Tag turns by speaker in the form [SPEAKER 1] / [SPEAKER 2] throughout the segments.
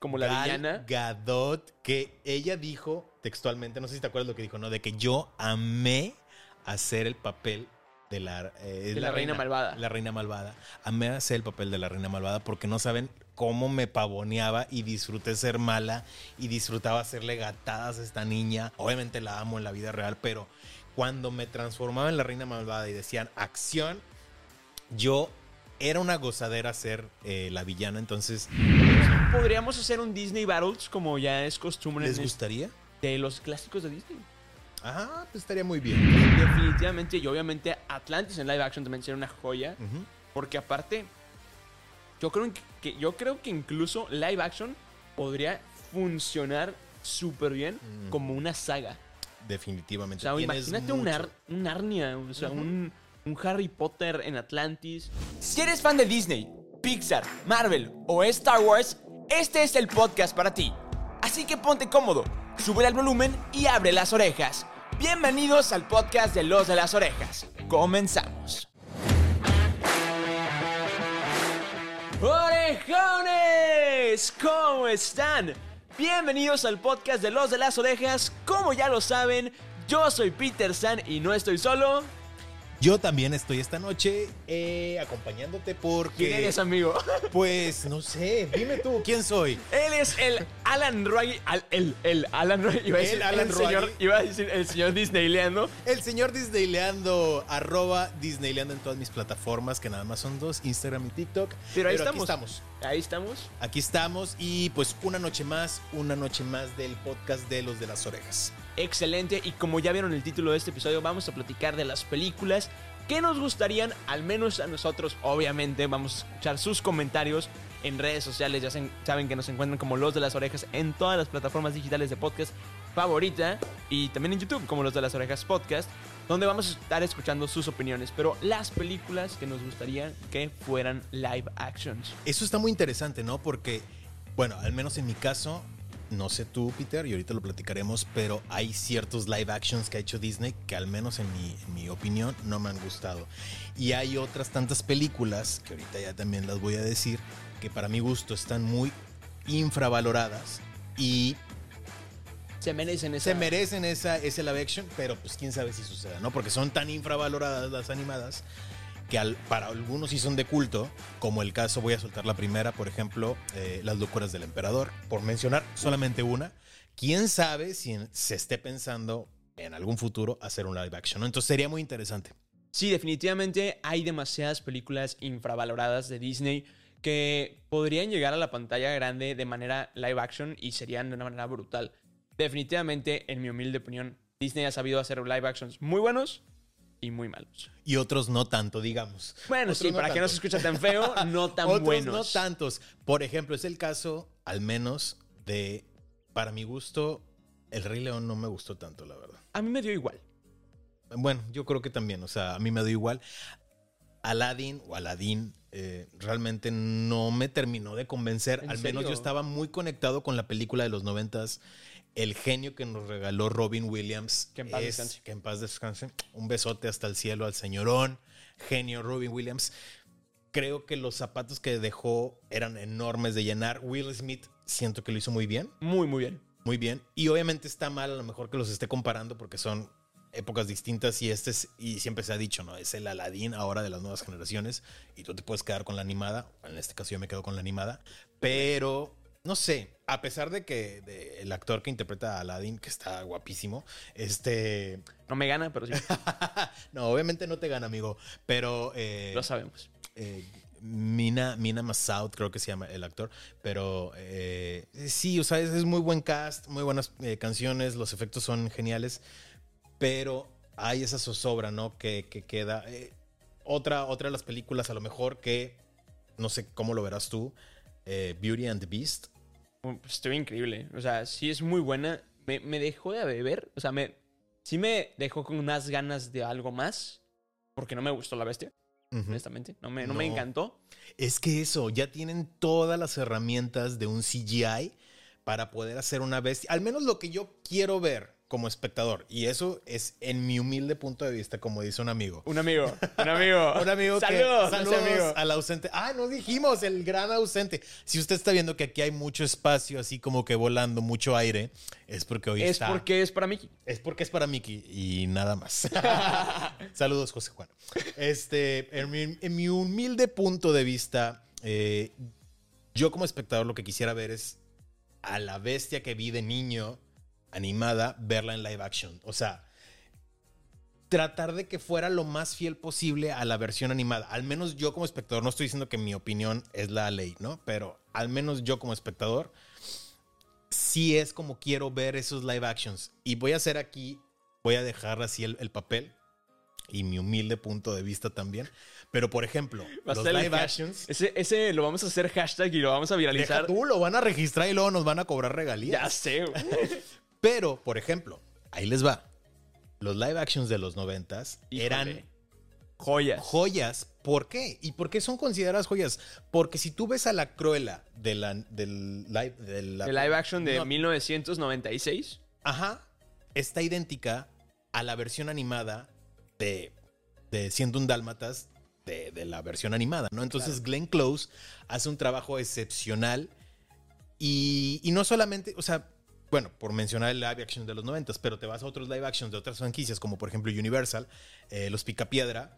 [SPEAKER 1] como la
[SPEAKER 2] Gal
[SPEAKER 1] villana.
[SPEAKER 2] Gadot, que ella dijo textualmente, no sé si te acuerdas lo que dijo, ¿no? De que yo amé hacer el papel de la, eh,
[SPEAKER 1] De la reina malvada.
[SPEAKER 2] La reina malvada. Amé hacer el papel de la reina malvada porque no saben cómo me pavoneaba y disfruté ser mala y disfrutaba hacerle gatadas a esta niña. Obviamente la amo en la vida real, pero cuando me transformaba en la reina malvada y decían acción, yo era una gozadera ser eh, la villana, entonces
[SPEAKER 1] Podríamos hacer un Disney Battles como ya es costumbre
[SPEAKER 2] ¿les
[SPEAKER 1] en-
[SPEAKER 2] gustaría?
[SPEAKER 1] de los clásicos de Disney.
[SPEAKER 2] Ajá, pues estaría muy bien.
[SPEAKER 1] Definitivamente y obviamente Atlantis en live action también sería una joya.
[SPEAKER 2] Ujú.
[SPEAKER 1] Porque aparte, yo creo que- que, yo creo que incluso live action podría funcionar súper bien
[SPEAKER 2] Mm.
[SPEAKER 1] como una saga. O
[SPEAKER 2] Definitivamente.
[SPEAKER 1] sea,
[SPEAKER 2] Tienes
[SPEAKER 1] imagínate un,
[SPEAKER 2] mucho.
[SPEAKER 1] Ar- un Narnia, o sea, un, un Harry Potter en Atlantis.
[SPEAKER 3] Si eres fan de Disney, Pixar, Marvel o Star Wars, este es el podcast para ti. Así que ponte cómodo, sube el volumen y abre las orejas. Bienvenidos al podcast de Los de las Orejas. Comenzamos.
[SPEAKER 1] ¡Orejones! ¿Cómo están? Bienvenidos al podcast de Los de las Orejas. Como ya lo saben, yo soy Peter San y no estoy solo.
[SPEAKER 2] Yo también estoy esta noche eh, acompañándote porque.
[SPEAKER 1] ¿Quién eres, amigo?
[SPEAKER 2] Pues no sé, dime tú quién soy.
[SPEAKER 1] Él es el Alan Roy, el, el Alan Roy, iba a
[SPEAKER 2] El
[SPEAKER 1] decir el,
[SPEAKER 2] Alan Roy.
[SPEAKER 1] señor, iba a decir el señor Disneyleando.
[SPEAKER 2] El señor Disneyleando, arroba Disneyleando en todas mis plataformas, que nada más son dos, Instagram y TikTok.
[SPEAKER 1] Pero ahí
[SPEAKER 2] Aquí
[SPEAKER 1] estamos.
[SPEAKER 2] estamos.
[SPEAKER 1] Ahí estamos.
[SPEAKER 2] Aquí estamos y pues una noche más, una noche más del podcast de los de las orejas.
[SPEAKER 1] Excelente. Y como ya vieron el título de este episodio, vamos a platicar de las películas que nos gustarían, al menos a nosotros, obviamente. Vamos a escuchar sus comentarios en redes sociales. Ya sen- saben que nos encuentran como Los de las Orejas en todas las plataformas digitales de podcast favorita y también en YouTube como Los de las Orejas Podcast, donde vamos a estar escuchando sus opiniones. Pero las películas que nos gustaría que fueran live actions.
[SPEAKER 2] Eso está muy interesante, ¿no? Porque, bueno, al menos en mi caso, no sé tú, Peter, y ahorita lo platicaremos, pero hay ciertos live actions que ha hecho Disney que al menos en mi, en mi opinión no me han gustado. Y hay otras tantas películas, que ahorita ya también las voy a decir, que para mi gusto están muy infravaloradas y
[SPEAKER 1] Se merecen esa...
[SPEAKER 2] se merecen esa, ese live action, pero pues quién sabe si suceda, ¿no? Porque son tan infravaloradas las animadas que al- para algunos sí son de culto, como el caso, voy a soltar la primera, por ejemplo, eh, Las locuras del emperador, por mencionar solamente una. ¿Quién sabe si en- se esté pensando en algún futuro hacer un live action? ¿no? Entonces sería muy interesante.
[SPEAKER 1] Sí, definitivamente hay demasiadas películas infravaloradas de Disney que podrían llegar a la pantalla grande de manera live action y serían de una manera brutal. Definitivamente, en mi humilde opinión, Disney ha sabido hacer live actions muy buenos y muy malos.
[SPEAKER 2] Y otros no tanto, digamos.
[SPEAKER 1] Bueno,
[SPEAKER 2] Otros
[SPEAKER 1] sí, para que no se
[SPEAKER 2] tanto.
[SPEAKER 1] escuche tan feo, no tan
[SPEAKER 2] Otros
[SPEAKER 1] buenos.
[SPEAKER 2] no tantos. Por ejemplo, es el caso, al menos, de, para mi gusto, El Rey León no me gustó tanto, la verdad.
[SPEAKER 1] A mí me dio igual.
[SPEAKER 2] Bueno, yo creo que también, o sea, a mí me da igual. Aladdin o Aladdin eh, realmente no me terminó de convencer.
[SPEAKER 1] ¿En
[SPEAKER 2] Al menos
[SPEAKER 1] serio?
[SPEAKER 2] yo estaba muy conectado con la película de los noventas. El genio que nos regaló Robin Williams.
[SPEAKER 1] Que en paz
[SPEAKER 2] es-
[SPEAKER 1] descanse.
[SPEAKER 2] Que en paz descanse. Un besote hasta el cielo al señorón. Genio Robin Williams. Creo que los zapatos que dejó eran enormes de llenar. Will Smith siento que lo hizo muy bien.
[SPEAKER 1] Muy, muy bien.
[SPEAKER 2] Muy bien. Y obviamente está mal a lo mejor que los esté comparando porque son épocas distintas y este es, y siempre se ha dicho, ¿no? Es el Aladín ahora de las nuevas generaciones y tú te puedes quedar con la animada. En este caso yo me quedo con la animada. Pero, no sé, a pesar de que de- el actor que interpreta a Aladdin, que está guapísimo, este...
[SPEAKER 1] No me gana, pero sí,
[SPEAKER 2] no, obviamente no te gana, amigo, pero... eh,
[SPEAKER 1] lo sabemos.
[SPEAKER 2] eh, Mina, Mina Massoud, creo que se llama el actor. Pero eh, sí, o sea, es, es muy buen cast, muy buenas eh, canciones, los efectos son geniales. Pero hay esa zozobra, ¿no? Que, que queda. Eh, otra, otra de las películas, a lo mejor, que no sé cómo lo verás tú. eh, Beauty and the Beast.
[SPEAKER 1] pues, Estuvo increíble. O sea, sí es muy buena. Me, me dejó de beber. O sea, me, sí me dejó con unas ganas de algo más. Porque no me gustó la bestia,
[SPEAKER 2] Ujú.
[SPEAKER 1] honestamente. No me, no me
[SPEAKER 2] No.
[SPEAKER 1] encantó.
[SPEAKER 2] Es que eso, ya tienen todas las herramientas de un CGI para poder hacer una bestia. Al menos lo que yo quiero ver, como espectador. Y eso es, en mi humilde punto de vista, como dice un amigo.
[SPEAKER 1] Un amigo, un amigo.
[SPEAKER 2] Un amigo que-
[SPEAKER 1] saludos,
[SPEAKER 2] saludos
[SPEAKER 1] amigo.
[SPEAKER 2] al ausente. Ah, no dijimos, el gran ausente. Si usted está viendo que aquí hay mucho espacio, así como que volando, mucho aire, es porque hoy
[SPEAKER 1] Es
[SPEAKER 2] está.
[SPEAKER 1] porque es para Mickey.
[SPEAKER 2] Es porque es para Mickey y nada más. Saludos, José Juan. Este, en mi, en mi humilde punto de vista, eh, yo como espectador lo que quisiera ver es a la bestia que vi de niño animada, verla en live action. O sea, tratar de que fuera lo más fiel posible a la versión animada. Al menos yo como espectador, no estoy diciendo que mi opinión es la ley, ¿no? Pero al menos yo como espectador, sí es como quiero ver esos live actions. Y voy a hacer aquí, voy a dejar así el, el papel y mi humilde punto de vista también. Pero por ejemplo,
[SPEAKER 1] Va a
[SPEAKER 2] los
[SPEAKER 1] ser el
[SPEAKER 2] live
[SPEAKER 1] hash-
[SPEAKER 2] actions...
[SPEAKER 1] Ese, ese lo vamos a hacer hashtag y lo vamos a
[SPEAKER 2] Deja
[SPEAKER 1] viralizar.
[SPEAKER 2] tú, lo van a registrar y luego nos van a cobrar regalías.
[SPEAKER 1] Ya sé. güey.
[SPEAKER 2] Pero, por ejemplo, ahí les va. Los live actions de los noventas
[SPEAKER 1] Híjole.
[SPEAKER 2] eran
[SPEAKER 1] Joyas.
[SPEAKER 2] joyas. ¿Por qué? ¿Y por qué son consideradas joyas? Porque si tú ves a la Cruella de la- del live... De la,
[SPEAKER 1] El live action de
[SPEAKER 2] No.
[SPEAKER 1] 1996.
[SPEAKER 2] Ajá. Está idéntica a la versión animada de, de Siendo un Dálmatas de, de la versión animada, ¿no? Entonces Glenn Close hace un trabajo excepcional y, y no solamente, o sea, bueno, por mencionar el live action de los noventas, pero te vas a otros live actions de otras franquicias, como por ejemplo Universal, eh, Los Picapiedra,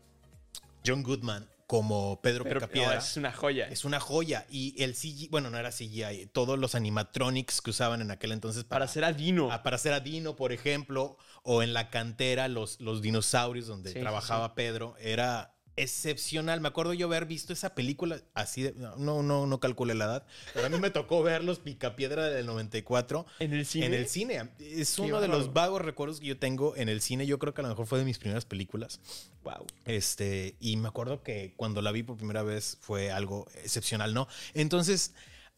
[SPEAKER 2] John Goodman como Pedro
[SPEAKER 1] Pero no,
[SPEAKER 2] Picapiedra.
[SPEAKER 1] es una joya.
[SPEAKER 2] Es una joya. Y el CGI, bueno, no era CGI, todos los animatronics que usaban en aquel entonces
[SPEAKER 1] para ser Adino.
[SPEAKER 2] Ah, para hacer a Dino, por ejemplo, o en la cantera, los, los dinosaurios donde
[SPEAKER 1] Sí,
[SPEAKER 2] trabajaba Pedro, era excepcional. Me acuerdo yo haber visto esa película así de. No, no, no calculé la edad, pero a mí me tocó ver los Picapiedra del 94
[SPEAKER 1] ¿En el cine?
[SPEAKER 2] en el cine. Es
[SPEAKER 1] Qué
[SPEAKER 2] uno de los
[SPEAKER 1] bárbaro.
[SPEAKER 2] vagos recuerdos que yo tengo en el cine. Yo creo que a lo mejor fue de mis primeras películas.
[SPEAKER 1] Wow.
[SPEAKER 2] Este, y me acuerdo que cuando la vi por primera vez fue algo excepcional, ¿no? Entonces,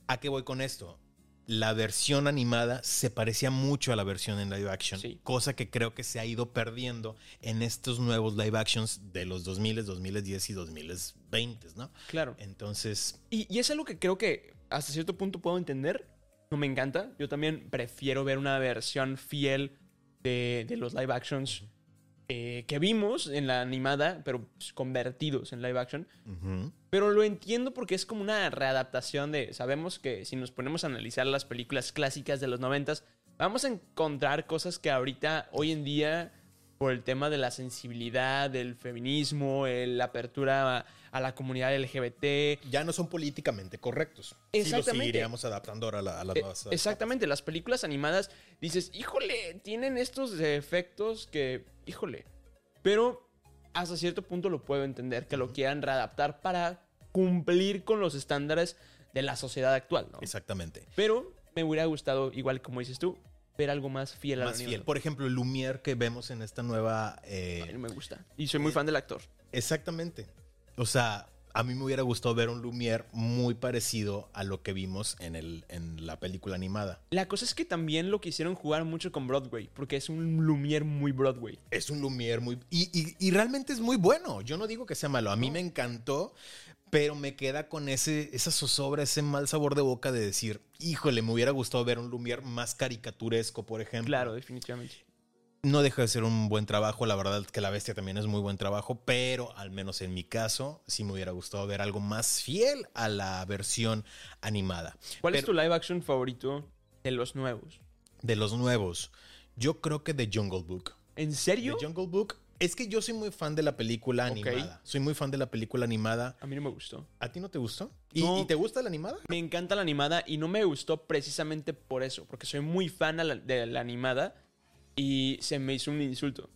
[SPEAKER 2] ¿a qué voy con esto? La versión animada se parecía mucho a la versión en live action,
[SPEAKER 1] Sí.
[SPEAKER 2] cosa que creo que se ha ido perdiendo en estos nuevos live actions de los 2000, 2010 y 2020, ¿no?
[SPEAKER 1] Claro.
[SPEAKER 2] Entonces,
[SPEAKER 1] Y, y es algo que creo que hasta cierto punto puedo entender. No me encanta. Yo también prefiero ver una versión fiel de, de los live actions eh, que vimos en la animada, pero pues, convertidos en live action.
[SPEAKER 2] ujú,
[SPEAKER 1] Pero lo entiendo porque es como una readaptación de. Sabemos que si nos ponemos a analizar las películas clásicas de los noventas, vamos a encontrar cosas que ahorita, hoy en día, por el tema de la sensibilidad, del feminismo, el- la apertura a, a la comunidad LGBT.
[SPEAKER 2] ya no son políticamente correctos. Sí,
[SPEAKER 1] Exactamente.
[SPEAKER 2] los seguiríamos adaptando ahora a, la- a las
[SPEAKER 1] Eh,
[SPEAKER 2] nuevas-
[SPEAKER 1] exactamente, las películas animadas dices, híjole, tienen estos efectos que, híjole. Pero hasta cierto punto lo puedo entender, que lo quieran readaptar para cumplir con los estándares de la sociedad actual, ¿no?
[SPEAKER 2] Exactamente.
[SPEAKER 1] Pero me hubiera gustado, igual como dices tú, ver algo más fiel a la
[SPEAKER 2] Más fiel. Por ejemplo, el Lumière que vemos en esta nueva eh,
[SPEAKER 1] me gusta. Y soy muy fan del actor.
[SPEAKER 2] Exactamente. O sea, a mí me hubiera gustado ver un Lumière muy parecido a lo que vimos en, el, en la película animada.
[SPEAKER 1] La cosa es que también lo quisieron jugar mucho con Broadway, porque es un Lumière muy Broadway.
[SPEAKER 2] Es un Lumière muy... Y, y- y realmente es muy bueno. Yo no digo que sea malo. A mí me encantó, pero me queda con ese, esa zozobra, ese mal sabor de boca de decir, híjole, me hubiera gustado ver un Lumière más caricaturesco, por ejemplo.
[SPEAKER 1] Claro, definitivamente.
[SPEAKER 2] No deja de ser un buen trabajo, la verdad es que La Bestia también es muy buen trabajo, pero al menos en mi caso sí me hubiera gustado ver algo más fiel a la versión animada.
[SPEAKER 1] ¿Cuál es
[SPEAKER 2] Pero-
[SPEAKER 1] tu live action favorito de los nuevos?
[SPEAKER 2] De los nuevos, yo creo que de Jungle Book.
[SPEAKER 1] ¿En
[SPEAKER 2] De
[SPEAKER 1] serio?
[SPEAKER 2] Jungle Book, es que yo soy muy fan de la película
[SPEAKER 1] Ok.
[SPEAKER 2] animada. Soy muy fan de la película animada.
[SPEAKER 1] A mí no me gustó.
[SPEAKER 2] ¿A ti no te gustó? ¿Y,
[SPEAKER 1] No.
[SPEAKER 2] y te gusta la animada?
[SPEAKER 1] Me encanta la animada y no me gustó precisamente por eso, porque soy muy fan a la- de la animada y se me hizo un insulto.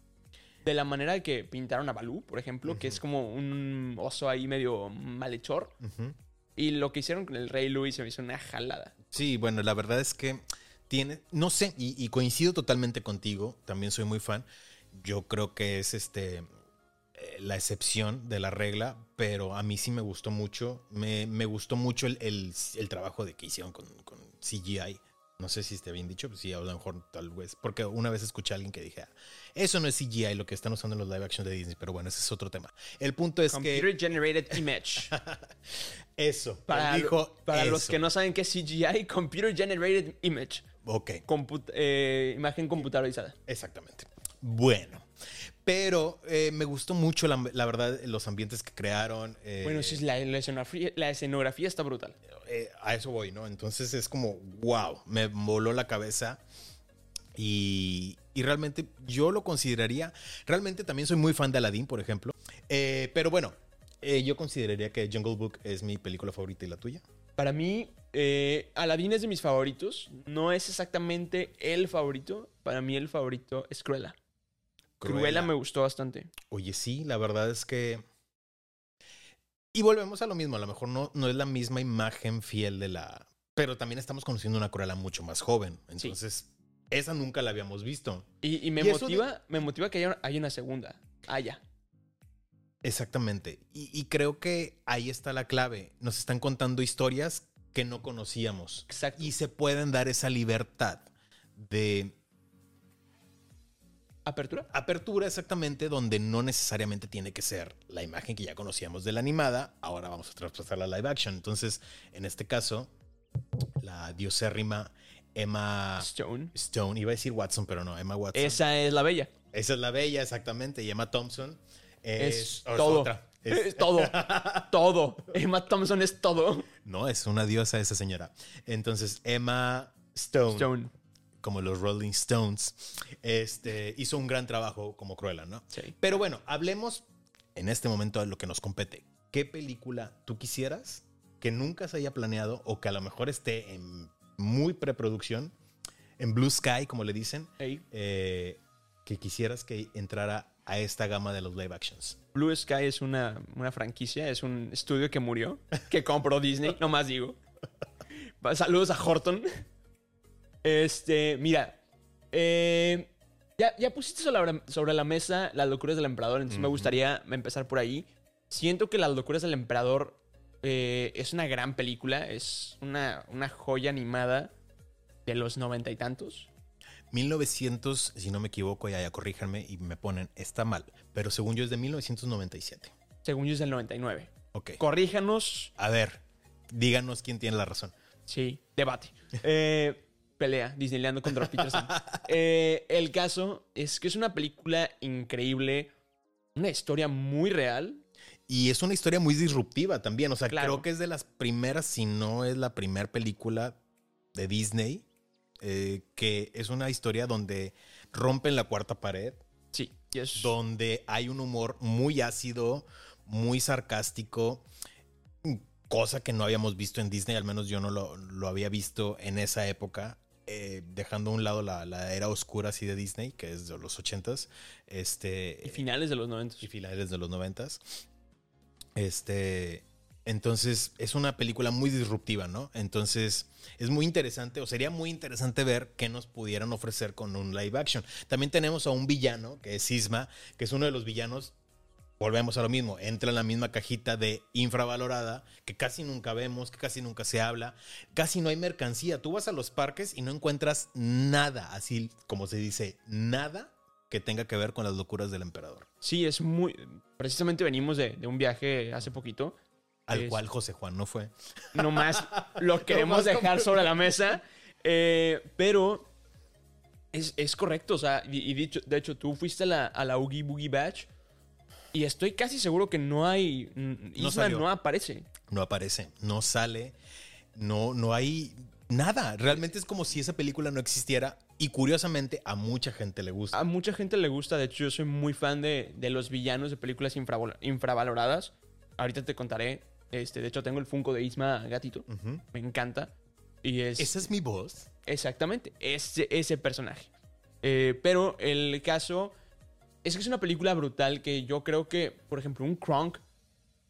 [SPEAKER 1] De la manera que pintaron a Balú, por ejemplo, que es como un oso ahí medio malhechor.
[SPEAKER 2] Ujú.
[SPEAKER 1] Y lo que hicieron con el Rey Louis se me hizo una jalada.
[SPEAKER 2] Sí, bueno, la verdad es que tiene, no sé, y, y coincido totalmente contigo, también soy muy fan. Yo creo que es este eh, la excepción de la regla, pero a mí sí me gustó mucho. Me, me gustó mucho el, el- el trabajo de que hicieron con, con CGI. No sé si esté bien dicho, pues sí, a lo mejor tal vez. Porque una vez escuché a alguien que dije, "Ah, eso no es CGI lo que están usando en los live action de Disney, pero bueno, ese es otro tema. El punto es
[SPEAKER 1] Computer Generated Image.
[SPEAKER 2] que eso, él
[SPEAKER 1] Para,
[SPEAKER 2] dijo
[SPEAKER 1] para los
[SPEAKER 2] eso.
[SPEAKER 1] que no saben qué es CGI, Computer Generated Image.
[SPEAKER 2] Ok,
[SPEAKER 1] Comput- eh, imagen computarizada.
[SPEAKER 2] exactamente. Bueno, pero eh, me gustó mucho, la, la verdad, los ambientes que crearon. eh,
[SPEAKER 1] Bueno, sí, la, la escenografía, la escenografía está brutal.
[SPEAKER 2] eh, a eso voy, ¿no? Entonces es como, wow, me voló la cabeza. Y, y realmente yo lo consideraría, realmente también soy muy fan de Aladdin, por ejemplo. Eh, pero bueno, eh, yo consideraría que Jungle Book es mi película favorita y la tuya.
[SPEAKER 1] Para mí, eh, Aladdin es de mis favoritos. No es exactamente el favorito. Para mí, el favorito es Cruella. Cruella, me gustó bastante.
[SPEAKER 2] Oye, sí, la verdad es que... Y volvemos a lo mismo, a lo mejor no, no es la misma imagen fiel de la... Pero también estamos conociendo una Cruella mucho más joven. Entonces, esa nunca la habíamos visto.
[SPEAKER 1] Y, y me
[SPEAKER 2] Y eso de-
[SPEAKER 1] motiva me motiva que haya, haya una segunda. Ah, Haya.
[SPEAKER 2] Exactamente. Y, y creo que ahí está la clave. Nos están contando historias que no conocíamos.
[SPEAKER 1] Exacto.
[SPEAKER 2] Y se pueden dar esa libertad de
[SPEAKER 1] ¿Apertura?
[SPEAKER 2] apertura exactamente donde no necesariamente tiene que ser la imagen que ya conocíamos de la animada. Ahora vamos a traspasarla a live action. Entonces, en este caso, la diosérrima
[SPEAKER 1] Ah.
[SPEAKER 2] Emma
[SPEAKER 1] Stone.
[SPEAKER 2] Stone, iba a decir Watson, pero no, Emma Watson.
[SPEAKER 1] Esa es la bella.
[SPEAKER 2] Esa es la bella, exactamente. Y Emma Thompson es,
[SPEAKER 1] Es,
[SPEAKER 2] es
[SPEAKER 1] todo.
[SPEAKER 2] otra.
[SPEAKER 1] Es,
[SPEAKER 2] Es-
[SPEAKER 1] todo. todo. Emma Thompson es todo.
[SPEAKER 2] No, es una diosa esa señora. Entonces, Emma Stone,
[SPEAKER 1] Stone.
[SPEAKER 2] como los Rolling Stones, este, hizo un gran trabajo como Cruella, ¿no?
[SPEAKER 1] Sí.
[SPEAKER 2] Pero bueno, hablemos en este momento de lo que nos compete. ¿Qué película tú quisieras que nunca se haya planeado o que a lo mejor esté en muy preproducción, en Blue Sky, como le dicen,
[SPEAKER 1] Ey,
[SPEAKER 2] eh, que quisieras que entrara a esta gama de los live actions?
[SPEAKER 1] Blue Sky es una, una franquicia, es un estudio que murió, que compró Disney, nomás digo. Pa- Saludos a Horton. Este, mira, eh, ya, ya pusiste sobre la, sobre la mesa las locuras del emperador, entonces me gustaría empezar por ahí. Siento que las locuras del emperador eh, es una gran película, es una, una joya animada de los noventa y tantos.
[SPEAKER 2] 1900, si no me equivoco, ya, ya corríjanme y me ponen, está mal, pero según yo es de 1997.
[SPEAKER 1] Según yo es del 99.
[SPEAKER 2] Ok.
[SPEAKER 1] Corríjanos
[SPEAKER 2] A ver, díganos quién tiene la razón.
[SPEAKER 1] Sí, debate. Eh, pelea, Disneyland contra Peterson. Eh, el caso es que es una película increíble, una historia muy real.
[SPEAKER 2] Y es una historia muy disruptiva también. O sea,
[SPEAKER 1] Claro.
[SPEAKER 2] creo que es de las primeras, si no es la primera película de Disney, eh, que es una historia donde rompen la cuarta pared,
[SPEAKER 1] Sí, y es
[SPEAKER 2] donde hay un humor muy ácido, muy sarcástico, cosa que no habíamos visto en Disney, al menos yo no lo, lo había visto en esa época. eh, dejando a un lado la, la era oscura así de Disney, que es de los ochentas. Este,
[SPEAKER 1] y finales de los 90.
[SPEAKER 2] y finales de los noventas. Este, entonces es una película muy disruptiva, ¿no? Entonces es muy interesante, o sería muy interesante ver qué nos pudieran ofrecer con un live action. También tenemos a un villano que es Sisma, que es uno de los villanos. Volvemos a lo mismo, entra en la misma cajita de infravalorada, que casi nunca vemos, que casi nunca se habla, casi no hay mercancía. Tú vas a los parques y no encuentras nada, así como se dice, nada que tenga que ver con las locuras del emperador.
[SPEAKER 1] Sí, es muy... Precisamente venimos de, de un viaje hace poquito.
[SPEAKER 2] Al
[SPEAKER 1] Es-
[SPEAKER 2] cual José Juan no fue.
[SPEAKER 1] Nomás lo queremos dejar sobre la mesa. Eh, pero es, es correcto. O sea, y, y dicho, de hecho, tú fuiste a la, a la Oogie Boogie Batch. Y estoy casi seguro que no hay. mm,
[SPEAKER 2] No
[SPEAKER 1] Isma
[SPEAKER 2] salió.
[SPEAKER 1] no aparece.
[SPEAKER 2] No aparece, no sale, no, no hay nada. Realmente es como si esa película no existiera. Y curiosamente, a mucha gente le gusta.
[SPEAKER 1] A mucha gente le gusta, de hecho yo soy muy fan de, de los villanos de películas infravalo- infravaloradas. Ahorita te contaré, este, de hecho tengo el Funko de Isma Gatito,
[SPEAKER 2] Ujú.
[SPEAKER 1] me encanta. Y es
[SPEAKER 2] Esa es mi voz.
[SPEAKER 1] exactamente ese, ese personaje. Eh, pero el caso es que es una película brutal que yo creo que, por ejemplo, un Kronk,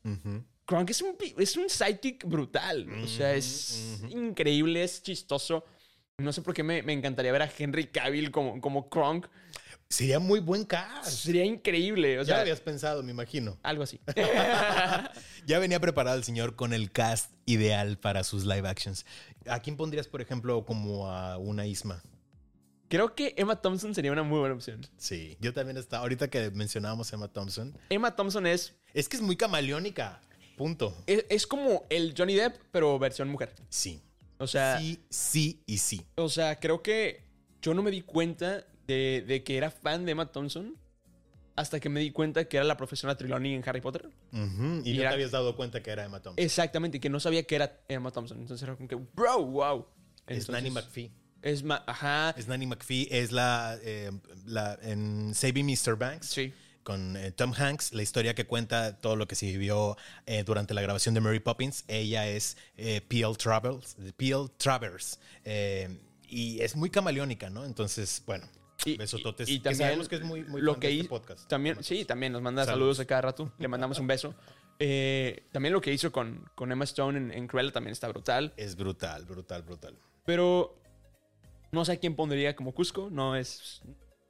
[SPEAKER 2] Ujú.
[SPEAKER 1] Kronk es un, pi- es un sidekick brutal, o sea, es increíble, es chistoso. No sé por qué me, me encantaría ver a Henry Cavill como, como Kronk.
[SPEAKER 2] Sería muy buen cast.
[SPEAKER 1] Sería increíble. O
[SPEAKER 2] Ah, ya
[SPEAKER 1] sea,
[SPEAKER 2] lo habías pensado, me imagino.
[SPEAKER 1] Algo así.
[SPEAKER 2] Ya venía preparado el señor con el cast ideal para sus live actions. ¿A quién pondrías, por ejemplo, como a una Isma?
[SPEAKER 1] Creo que Emma Thompson sería una muy buena opción.
[SPEAKER 2] Sí, yo también estaba. Ahorita que mencionábamos a Emma Thompson,
[SPEAKER 1] Emma Thompson es,
[SPEAKER 2] es que es muy camaleónica. Punto.
[SPEAKER 1] es, es como el Johnny Depp, pero versión mujer.
[SPEAKER 2] Sí.
[SPEAKER 1] O sea,
[SPEAKER 2] Sí, sí y sí.
[SPEAKER 1] o sea, creo que yo no me di cuenta de, de que era fan de Emma Thompson hasta que me di cuenta que era la profesora Trelawney en Harry Potter.
[SPEAKER 2] Ujú, Y
[SPEAKER 1] Y
[SPEAKER 2] no
[SPEAKER 1] era-
[SPEAKER 2] te habías dado cuenta que era Emma Thompson.
[SPEAKER 1] Exactamente, que no sabía que era Emma Thompson. Entonces era como que, bro, wow.
[SPEAKER 2] es
[SPEAKER 1] Entonces,
[SPEAKER 2] Nanny McPhee.
[SPEAKER 1] Es ma- ajá.
[SPEAKER 2] Es Nanny McPhee, es la, eh, la en Saving Mr. Banks
[SPEAKER 1] Sí.
[SPEAKER 2] con eh, Tom Hanks, la historia que cuenta todo lo que se vivió eh, durante la grabación de Mary Poppins. Ella es eh, P.L. Travers, P.L. Travers eh, y es muy camaleónica, ¿no? Entonces, bueno, besototes.
[SPEAKER 1] y- y
[SPEAKER 2] que
[SPEAKER 1] también
[SPEAKER 2] sabemos que es muy, muy fan de
[SPEAKER 1] hi-
[SPEAKER 2] este podcast.
[SPEAKER 1] También,
[SPEAKER 2] Emma
[SPEAKER 1] sí, también nos manda
[SPEAKER 2] Saludos.
[SPEAKER 1] saludos a cada rato. Le mandamos un beso. Eh, también lo que hizo con, con Emma Stone en, en Cruella también está brutal.
[SPEAKER 2] Es brutal, brutal, brutal.
[SPEAKER 1] Pero no sé a quién pondría como Cusco. No es.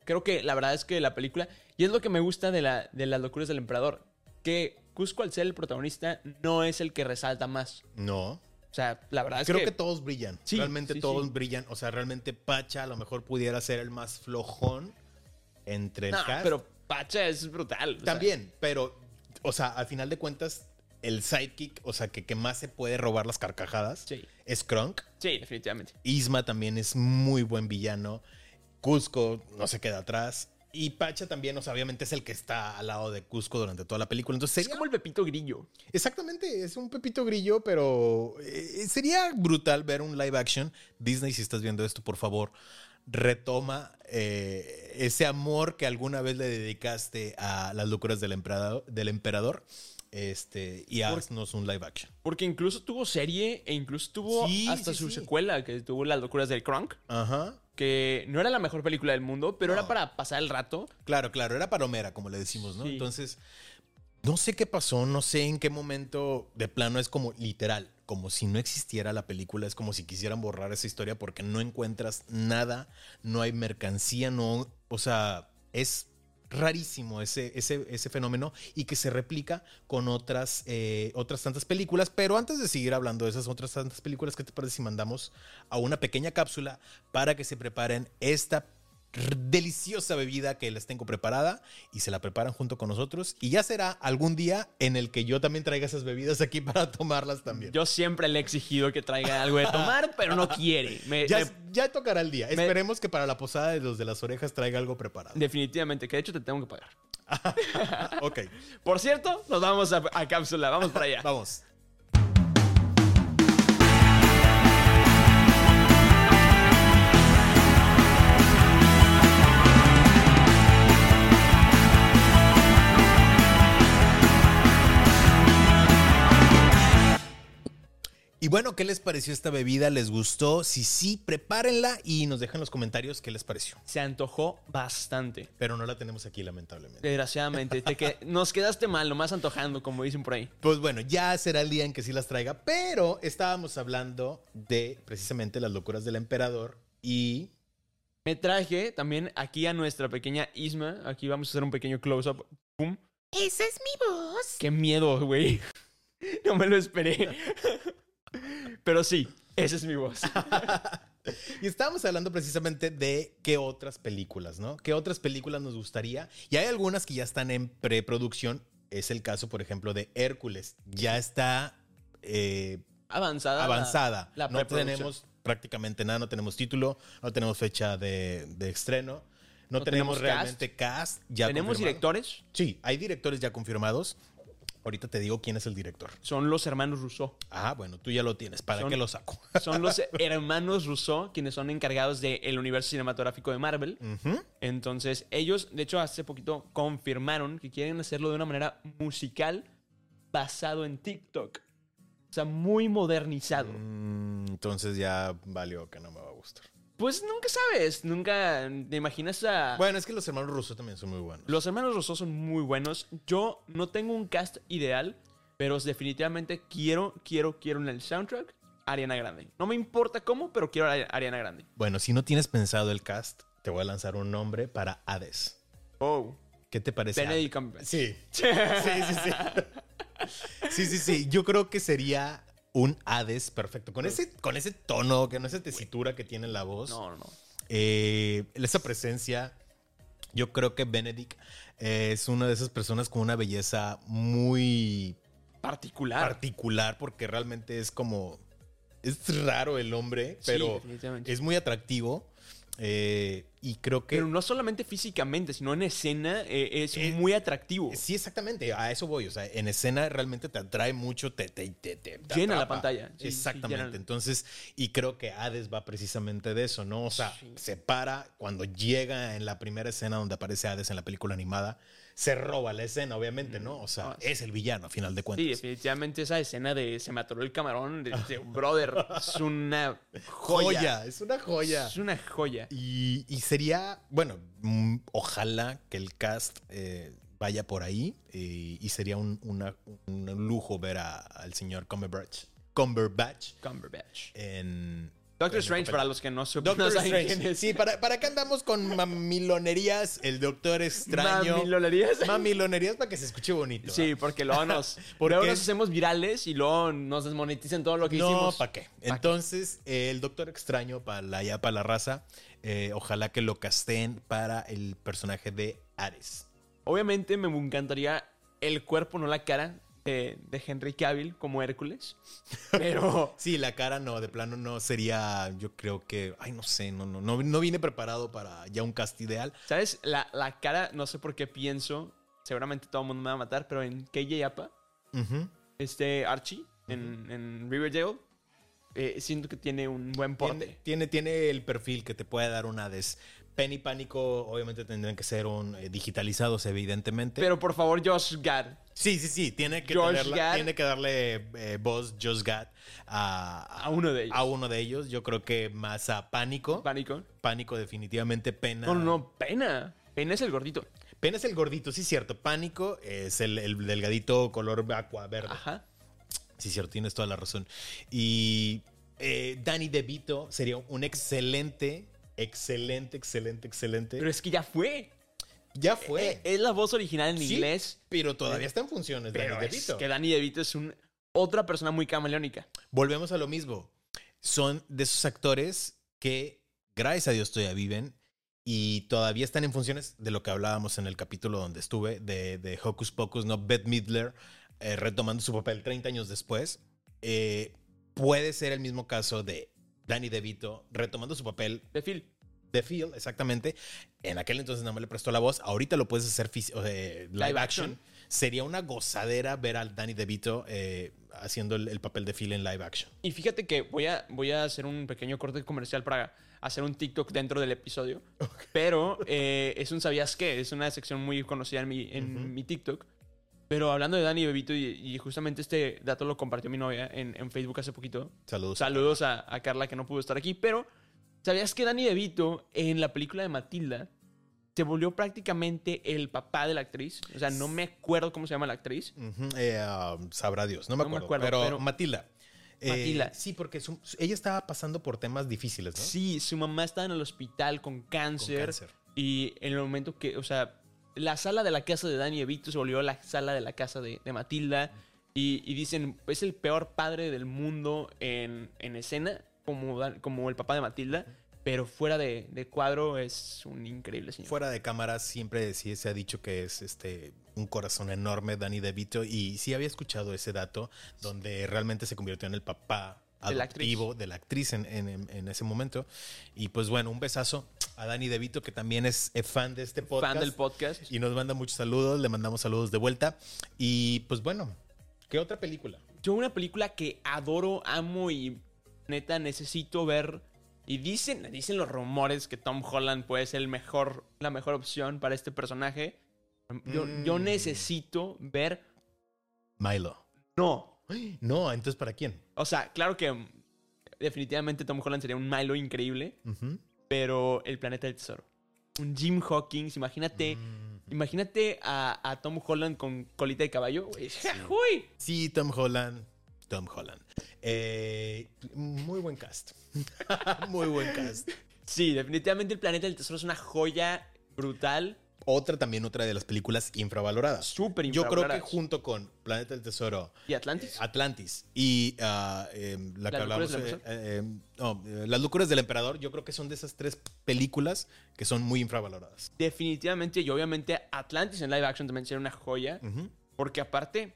[SPEAKER 1] Creo que la verdad es que la película. Y es lo que me gusta de, la, de las locuras del emperador. Que Cusco, al ser el protagonista, no es el que resalta más.
[SPEAKER 2] No.
[SPEAKER 1] O sea, la verdad es
[SPEAKER 2] Creo que,
[SPEAKER 1] que.
[SPEAKER 2] todos brillan.
[SPEAKER 1] Sí,
[SPEAKER 2] realmente
[SPEAKER 1] sí,
[SPEAKER 2] todos
[SPEAKER 1] sí.
[SPEAKER 2] brillan. O sea, realmente Pacha a lo mejor pudiera ser el más flojón entre el
[SPEAKER 1] No,
[SPEAKER 2] cast.
[SPEAKER 1] pero Pacha es brutal. o sea,
[SPEAKER 2] También, pero, o sea, al final de cuentas, el sidekick, o sea, que, que más se puede robar las carcajadas,
[SPEAKER 1] Sí.
[SPEAKER 2] es Kronk.
[SPEAKER 1] sí, definitivamente.
[SPEAKER 2] Isma también es muy buen villano. Cusco no se queda atrás. Y Pacha también, o sea, obviamente es el que está al lado de Cusco durante toda la película. Entonces,
[SPEAKER 1] Es
[SPEAKER 2] sería-
[SPEAKER 1] como el Pepito Grillo.
[SPEAKER 2] exactamente, es un pepito grillo, pero eh, sería brutal ver un live action. Disney, si estás viendo esto, por favor, retoma eh, ese amor que alguna vez le dedicaste a las locuras del emperador, del emperador este, y haznos un live action.
[SPEAKER 1] Porque incluso tuvo serie e incluso tuvo
[SPEAKER 2] Sí,
[SPEAKER 1] hasta
[SPEAKER 2] sí,
[SPEAKER 1] su
[SPEAKER 2] sí.
[SPEAKER 1] secuela, que tuvo Las locuras del Kronk,
[SPEAKER 2] Ajá.
[SPEAKER 1] que no era la mejor película del mundo, pero
[SPEAKER 2] No.
[SPEAKER 1] era para pasar el rato.
[SPEAKER 2] Claro, claro, era palomera, como le decimos, ¿no?
[SPEAKER 1] Sí.
[SPEAKER 2] Entonces, no sé qué pasó, no sé en qué momento de plano es como literal, como si no existiera la película, es como si quisieran borrar esa historia porque no encuentras nada, no hay mercancía, no, o sea, es rarísimo ese, ese, ese fenómeno y que se replica con otras, eh, otras tantas películas, pero antes de seguir hablando de esas otras tantas películas, ¿qué te parece si mandamos a una pequeña cápsula para que se preparen esta r- deliciosa bebida que les tengo preparada y se la preparan junto con nosotros y ya será algún día en el que yo también traiga esas bebidas aquí para tomarlas también.
[SPEAKER 1] Yo siempre le he exigido que traiga algo de tomar, pero no quiere. Me-
[SPEAKER 2] ya,
[SPEAKER 1] me-
[SPEAKER 2] ya tocará el día.
[SPEAKER 1] eh, me-
[SPEAKER 2] Esperemos que para la posada de los de las orejas traiga algo preparado.
[SPEAKER 1] definitivamente, que de hecho te tengo que pagar.
[SPEAKER 2] ok,
[SPEAKER 1] Por cierto, nos vamos a, a cápsula, vamos para allá.
[SPEAKER 2] vamos. Y bueno, ¿qué les pareció esta bebida? ¿Les gustó? Si sí, prepárenla y nos dejan en los comentarios qué les pareció.
[SPEAKER 1] Se antojó bastante.
[SPEAKER 2] Pero no la tenemos aquí, lamentablemente.
[SPEAKER 1] Desgraciadamente, te que, nos quedaste mal, nomás antojando, como dicen por ahí.
[SPEAKER 2] Pues bueno, ya será el día en que sí las traiga, pero estábamos hablando de precisamente las locuras del emperador y...
[SPEAKER 1] Me traje también aquí a nuestra pequeña Isma. Aquí vamos a hacer un pequeño close-up. Pum.
[SPEAKER 4] ¿Esa es mi voz?
[SPEAKER 1] Qué miedo, güey. No me lo esperé. Pero sí, esa es mi voz.
[SPEAKER 2] Y estábamos hablando precisamente de qué otras películas, ¿no? ¿Qué otras películas nos gustaría? Y hay algunas que ya están en preproducción. Es el caso, por ejemplo, de Hércules. Ya está... eh,
[SPEAKER 1] Avanzada.
[SPEAKER 2] avanzada.
[SPEAKER 1] Ah, la
[SPEAKER 2] no
[SPEAKER 1] preproducción.
[SPEAKER 2] tenemos prácticamente nada, no tenemos título, no tenemos fecha de, de estreno, no,
[SPEAKER 1] No
[SPEAKER 2] tenemos,
[SPEAKER 1] tenemos
[SPEAKER 2] realmente cast. ya
[SPEAKER 1] Tenemos
[SPEAKER 2] confirmado.
[SPEAKER 1] directores.
[SPEAKER 2] Sí, hay directores ya confirmados. Ahorita te digo quién es el director.
[SPEAKER 1] Son los hermanos Rousseau.
[SPEAKER 2] Ah, bueno, tú ya lo tienes. ¿Para
[SPEAKER 1] Son-
[SPEAKER 2] qué lo saco?
[SPEAKER 1] Son los hermanos Rousseau quienes son encargados del universo cinematográfico de Marvel.
[SPEAKER 2] Ujú.
[SPEAKER 1] Entonces, ellos, de hecho, hace poquito confirmaron que quieren hacerlo de una manera musical basado en TikTok. O sea, muy modernizado.
[SPEAKER 2] Mm, entonces ya valió que no me va a gustar.
[SPEAKER 1] Pues nunca sabes, nunca te imaginas a...
[SPEAKER 2] Bueno, es que los hermanos rusos también son muy buenos.
[SPEAKER 1] Los hermanos Rosso son muy buenos. Yo no tengo un cast ideal, pero definitivamente quiero, quiero, quiero en el soundtrack a Ariana Grande. No me importa cómo, pero quiero a Ari- Ariana Grande.
[SPEAKER 2] Bueno, si no tienes pensado el cast, te voy a lanzar un nombre para Hades.
[SPEAKER 1] Oh,
[SPEAKER 2] ¿Qué te parece? Hades?
[SPEAKER 1] Benedict Cumberbatch.
[SPEAKER 2] Sí. Sí, sí, sí. Sí, sí, sí. Yo creo que sería un Hades perfecto. Con ese, con ese tono, con esa tesitura que tiene la voz.
[SPEAKER 1] No, no, no.
[SPEAKER 2] eh, esa presencia. Yo creo que Benedict eh, es una de esas personas con una belleza muy
[SPEAKER 1] Particular. Ah.
[SPEAKER 2] particular porque realmente es como es raro el hombre, pero
[SPEAKER 1] definitivamente.
[SPEAKER 2] es muy atractivo. eh, y creo que.
[SPEAKER 1] Pero no solamente físicamente, sino en escena eh, es
[SPEAKER 2] Eh,
[SPEAKER 1] muy atractivo.
[SPEAKER 2] Sí, exactamente. A eso voy. O sea, en escena realmente te atrae mucho, te, te, te, te- te
[SPEAKER 1] Llena la
[SPEAKER 2] atrapa.
[SPEAKER 1] pantalla. Sí, sí,
[SPEAKER 2] exactamente.
[SPEAKER 1] llena.
[SPEAKER 2] Entonces, y creo que Hades va precisamente de eso, ¿no? O sea,
[SPEAKER 1] Sí.
[SPEAKER 2] se para cuando llega en la primera escena donde aparece Hades en la película animada. Se roba la escena, obviamente, ¿no? O sea,
[SPEAKER 1] Ah, sí.
[SPEAKER 2] es el villano, a final de cuentas.
[SPEAKER 1] Sí, definitivamente esa escena de se me atoró el camarón de, de brother es una joya.
[SPEAKER 2] es una joya.
[SPEAKER 1] Es una joya.
[SPEAKER 2] Y, y sería, bueno, mm, ojalá que el cast eh, vaya por ahí eh, y, y sería un, una- un lujo ver a- al señor Cumberbatch, Cumberbatch
[SPEAKER 1] Cumberbatch.
[SPEAKER 2] en...
[SPEAKER 1] Doctor
[SPEAKER 2] en
[SPEAKER 1] Strange,
[SPEAKER 2] papel.
[SPEAKER 1] para los que no, sup-
[SPEAKER 2] pues, Doctor
[SPEAKER 1] no saben
[SPEAKER 2] Strange.
[SPEAKER 1] quién es.
[SPEAKER 2] Sí, ¿para, ¿para qué andamos con mamilonerías? El Doctor Extraño.
[SPEAKER 1] ¿Mamilonerías?
[SPEAKER 2] Mamilonerías para que se escuche bonito.
[SPEAKER 1] Sí,
[SPEAKER 2] ¿ah?
[SPEAKER 1] porque luego nos,
[SPEAKER 2] Porque
[SPEAKER 1] luego nos
[SPEAKER 2] es-
[SPEAKER 1] hacemos virales y luego nos desmonetizan todo lo que
[SPEAKER 2] No,
[SPEAKER 1] hicimos.
[SPEAKER 2] ¿para qué? Entonces, eh, el Doctor Extraño, para la, ya para la raza, eh, ojalá que lo casteen para el personaje de Ares.
[SPEAKER 1] Obviamente me encantaría el cuerpo, no la cara, de, de Henry Cavill como Hércules. Pero
[SPEAKER 2] Sí, la cara no, de plano no sería, yo creo que, ay, no sé, no, no, no, no vine preparado para ya un cast ideal.
[SPEAKER 1] ¿Sabes? La, la cara, no sé por qué pienso, seguramente todo el mundo me va a matar, pero en KJ Apa,
[SPEAKER 2] Ujú.
[SPEAKER 1] este Archie, en, en Riverdale, eh, siento que tiene un buen porte.
[SPEAKER 2] tiene, tiene, tiene el perfil que te puede dar una des. Penny Pánico, obviamente tendrían que ser un, eh, digitalizados, evidentemente.
[SPEAKER 1] Pero por favor, Josh Gad.
[SPEAKER 2] sí, sí, sí, tiene que,
[SPEAKER 1] Josh
[SPEAKER 2] tenerla-
[SPEAKER 1] Gad.
[SPEAKER 2] tiene que darle eh, voz Josh Gad a,
[SPEAKER 1] A uno de ellos.
[SPEAKER 2] a uno de ellos. Yo creo que más a Pánico.
[SPEAKER 1] Pánico.
[SPEAKER 2] Pánico, definitivamente, Pena.
[SPEAKER 1] No, no, no, pena. Pena es el gordito.
[SPEAKER 2] Pena es el gordito, sí, cierto. Pánico es el, el delgadito color aqua verde.
[SPEAKER 1] Ajá.
[SPEAKER 2] Sí, cierto, tienes toda la razón. Y eh, Danny DeVito sería un excelente, excelente, excelente, excelente.
[SPEAKER 1] Pero es que ya fue.
[SPEAKER 2] ya fue. Eh,
[SPEAKER 1] Eh, es la voz original en
[SPEAKER 2] Sí,
[SPEAKER 1] inglés.
[SPEAKER 2] Pero todavía está en funciones
[SPEAKER 1] Pero
[SPEAKER 2] Danny
[SPEAKER 1] es
[SPEAKER 2] DeVito.
[SPEAKER 1] que Danny DeVito es un, otra persona muy camaleónica.
[SPEAKER 2] Volvemos a lo mismo. Son de esos actores que, gracias a Dios, todavía viven y todavía están en funciones de lo que hablábamos en el capítulo donde estuve, de, de Hocus Pocus, ¿no? Beth Midler eh, retomando su papel 30 años después. Eh, puede ser el mismo caso de Danny DeVito retomando su papel
[SPEAKER 1] De Phil.
[SPEAKER 2] The Field, exactamente. En aquel entonces no me le prestó la voz. Ahorita lo puedes hacer fis- o sea, live,
[SPEAKER 1] Live
[SPEAKER 2] action.
[SPEAKER 1] action.
[SPEAKER 2] Sería una gozadera ver al Danny DeVito eh, haciendo el, el papel de Phil en live action.
[SPEAKER 1] Y fíjate que voy a, voy a hacer un pequeño corte comercial para hacer un TikTok dentro del episodio. Pero eh, es un sabías qué, es una sección muy conocida en mi, en
[SPEAKER 2] Ujú.
[SPEAKER 1] mi TikTok. Pero hablando de Dani Bebito, y, y justamente este dato lo compartió mi novia en, en Facebook hace poquito.
[SPEAKER 2] Saludos.
[SPEAKER 1] Saludos a, a Carla que no pudo estar aquí. Pero, ¿sabías que Danny DeVito en la película de Matilda se volvió prácticamente el papá de la actriz? O sea, no me acuerdo cómo se llama la actriz.
[SPEAKER 2] Ujú, eh, um, sabrá Dios, no me
[SPEAKER 1] No me acuerdo,
[SPEAKER 2] acuerdo. pero,
[SPEAKER 1] pero-
[SPEAKER 2] Matilda. Eh,
[SPEAKER 1] Matilda.
[SPEAKER 2] Sí, porque su- su- ella estaba pasando por temas difíciles, ¿no?
[SPEAKER 1] Sí, su mamá estaba en el hospital con
[SPEAKER 2] Con
[SPEAKER 1] cáncer,
[SPEAKER 2] cáncer.
[SPEAKER 1] Y en el momento que, o sea, la sala de la casa de Danny DeVito se volvió la sala de la casa de, de Matilda. Y, y dicen, es el peor padre del mundo en, en escena, como, Dan- como el papá de Matilda. Pero fuera de, de cuadro es un increíble señor.
[SPEAKER 2] Fuera de cámara siempre sí se ha dicho que es este un corazón enorme Danny DeVito y sí había escuchado ese dato donde realmente se convirtió en el papá
[SPEAKER 1] De la
[SPEAKER 2] adoptivo de la actriz en, en- en ese momento y pues bueno un besazo a Danny DeVito que también es eh, fan de este podcast
[SPEAKER 1] Fan del podcast.
[SPEAKER 2] y nos manda muchos saludos le mandamos saludos de vuelta y pues bueno qué otra película
[SPEAKER 1] Yo una película que adoro, amo y neta necesito ver. Y dicen, dicen los rumores que Tom Holland puede ser el mejor, la mejor opción para este personaje. Yo, yo
[SPEAKER 2] Mm.
[SPEAKER 1] necesito ver.
[SPEAKER 2] Milo
[SPEAKER 1] No.
[SPEAKER 2] no entonces para quién
[SPEAKER 1] O sea, claro que mm, definitivamente Tom Holland sería un Milo increíble,
[SPEAKER 2] Ujú.
[SPEAKER 1] pero el planeta del tesoro. Un Jim Hawkins, imagínate.
[SPEAKER 2] Mm.
[SPEAKER 1] Imagínate a, a Tom Holland con colita de caballo. güey. ¡Uy!
[SPEAKER 2] Sí, Tom Holland. Tom Holland. Eh, muy buen cast. muy buen cast.
[SPEAKER 1] Sí, definitivamente el planeta del tesoro es una joya brutal.
[SPEAKER 2] Otra también, otra de las películas infravaloradas.
[SPEAKER 1] Súper
[SPEAKER 2] Yo creo que
[SPEAKER 1] infravaloradas.
[SPEAKER 2] junto con Planeta del Tesoro,
[SPEAKER 1] ¿Y Atlantis?
[SPEAKER 2] Atlantis y ah, em, la que
[SPEAKER 1] ¿Las
[SPEAKER 2] hablamos,
[SPEAKER 1] locuras del
[SPEAKER 2] eh,
[SPEAKER 1] emperador?
[SPEAKER 2] eh, em, no, eh, Las locuras del emperador, yo creo que son de esas tres películas que son muy infravaloradas.
[SPEAKER 1] Definitivamente y obviamente Atlantis en live action también sería una joya.
[SPEAKER 2] Ujú.
[SPEAKER 1] Porque aparte,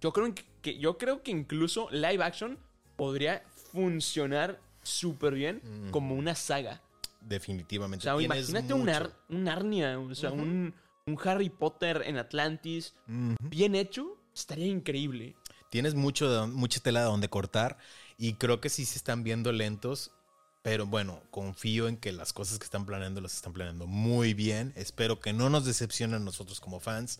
[SPEAKER 1] yo creo que, yo creo que incluso live action podría funcionar súper bien como una saga. O
[SPEAKER 2] Definitivamente.
[SPEAKER 1] sea,
[SPEAKER 2] Mm. Tienes
[SPEAKER 1] imagínate un,
[SPEAKER 2] mucho.
[SPEAKER 1] Ar- un Arnia, o sea, un, un Harry Potter en Atlantis bien hecho, estaría increíble.
[SPEAKER 2] Tienes mucho de don- mucha tela de donde cortar y creo que sí se están viendo lentos, pero bueno, confío en que las cosas que están planeando las están planeando muy bien. Espero que no nos decepcionen nosotros como fans,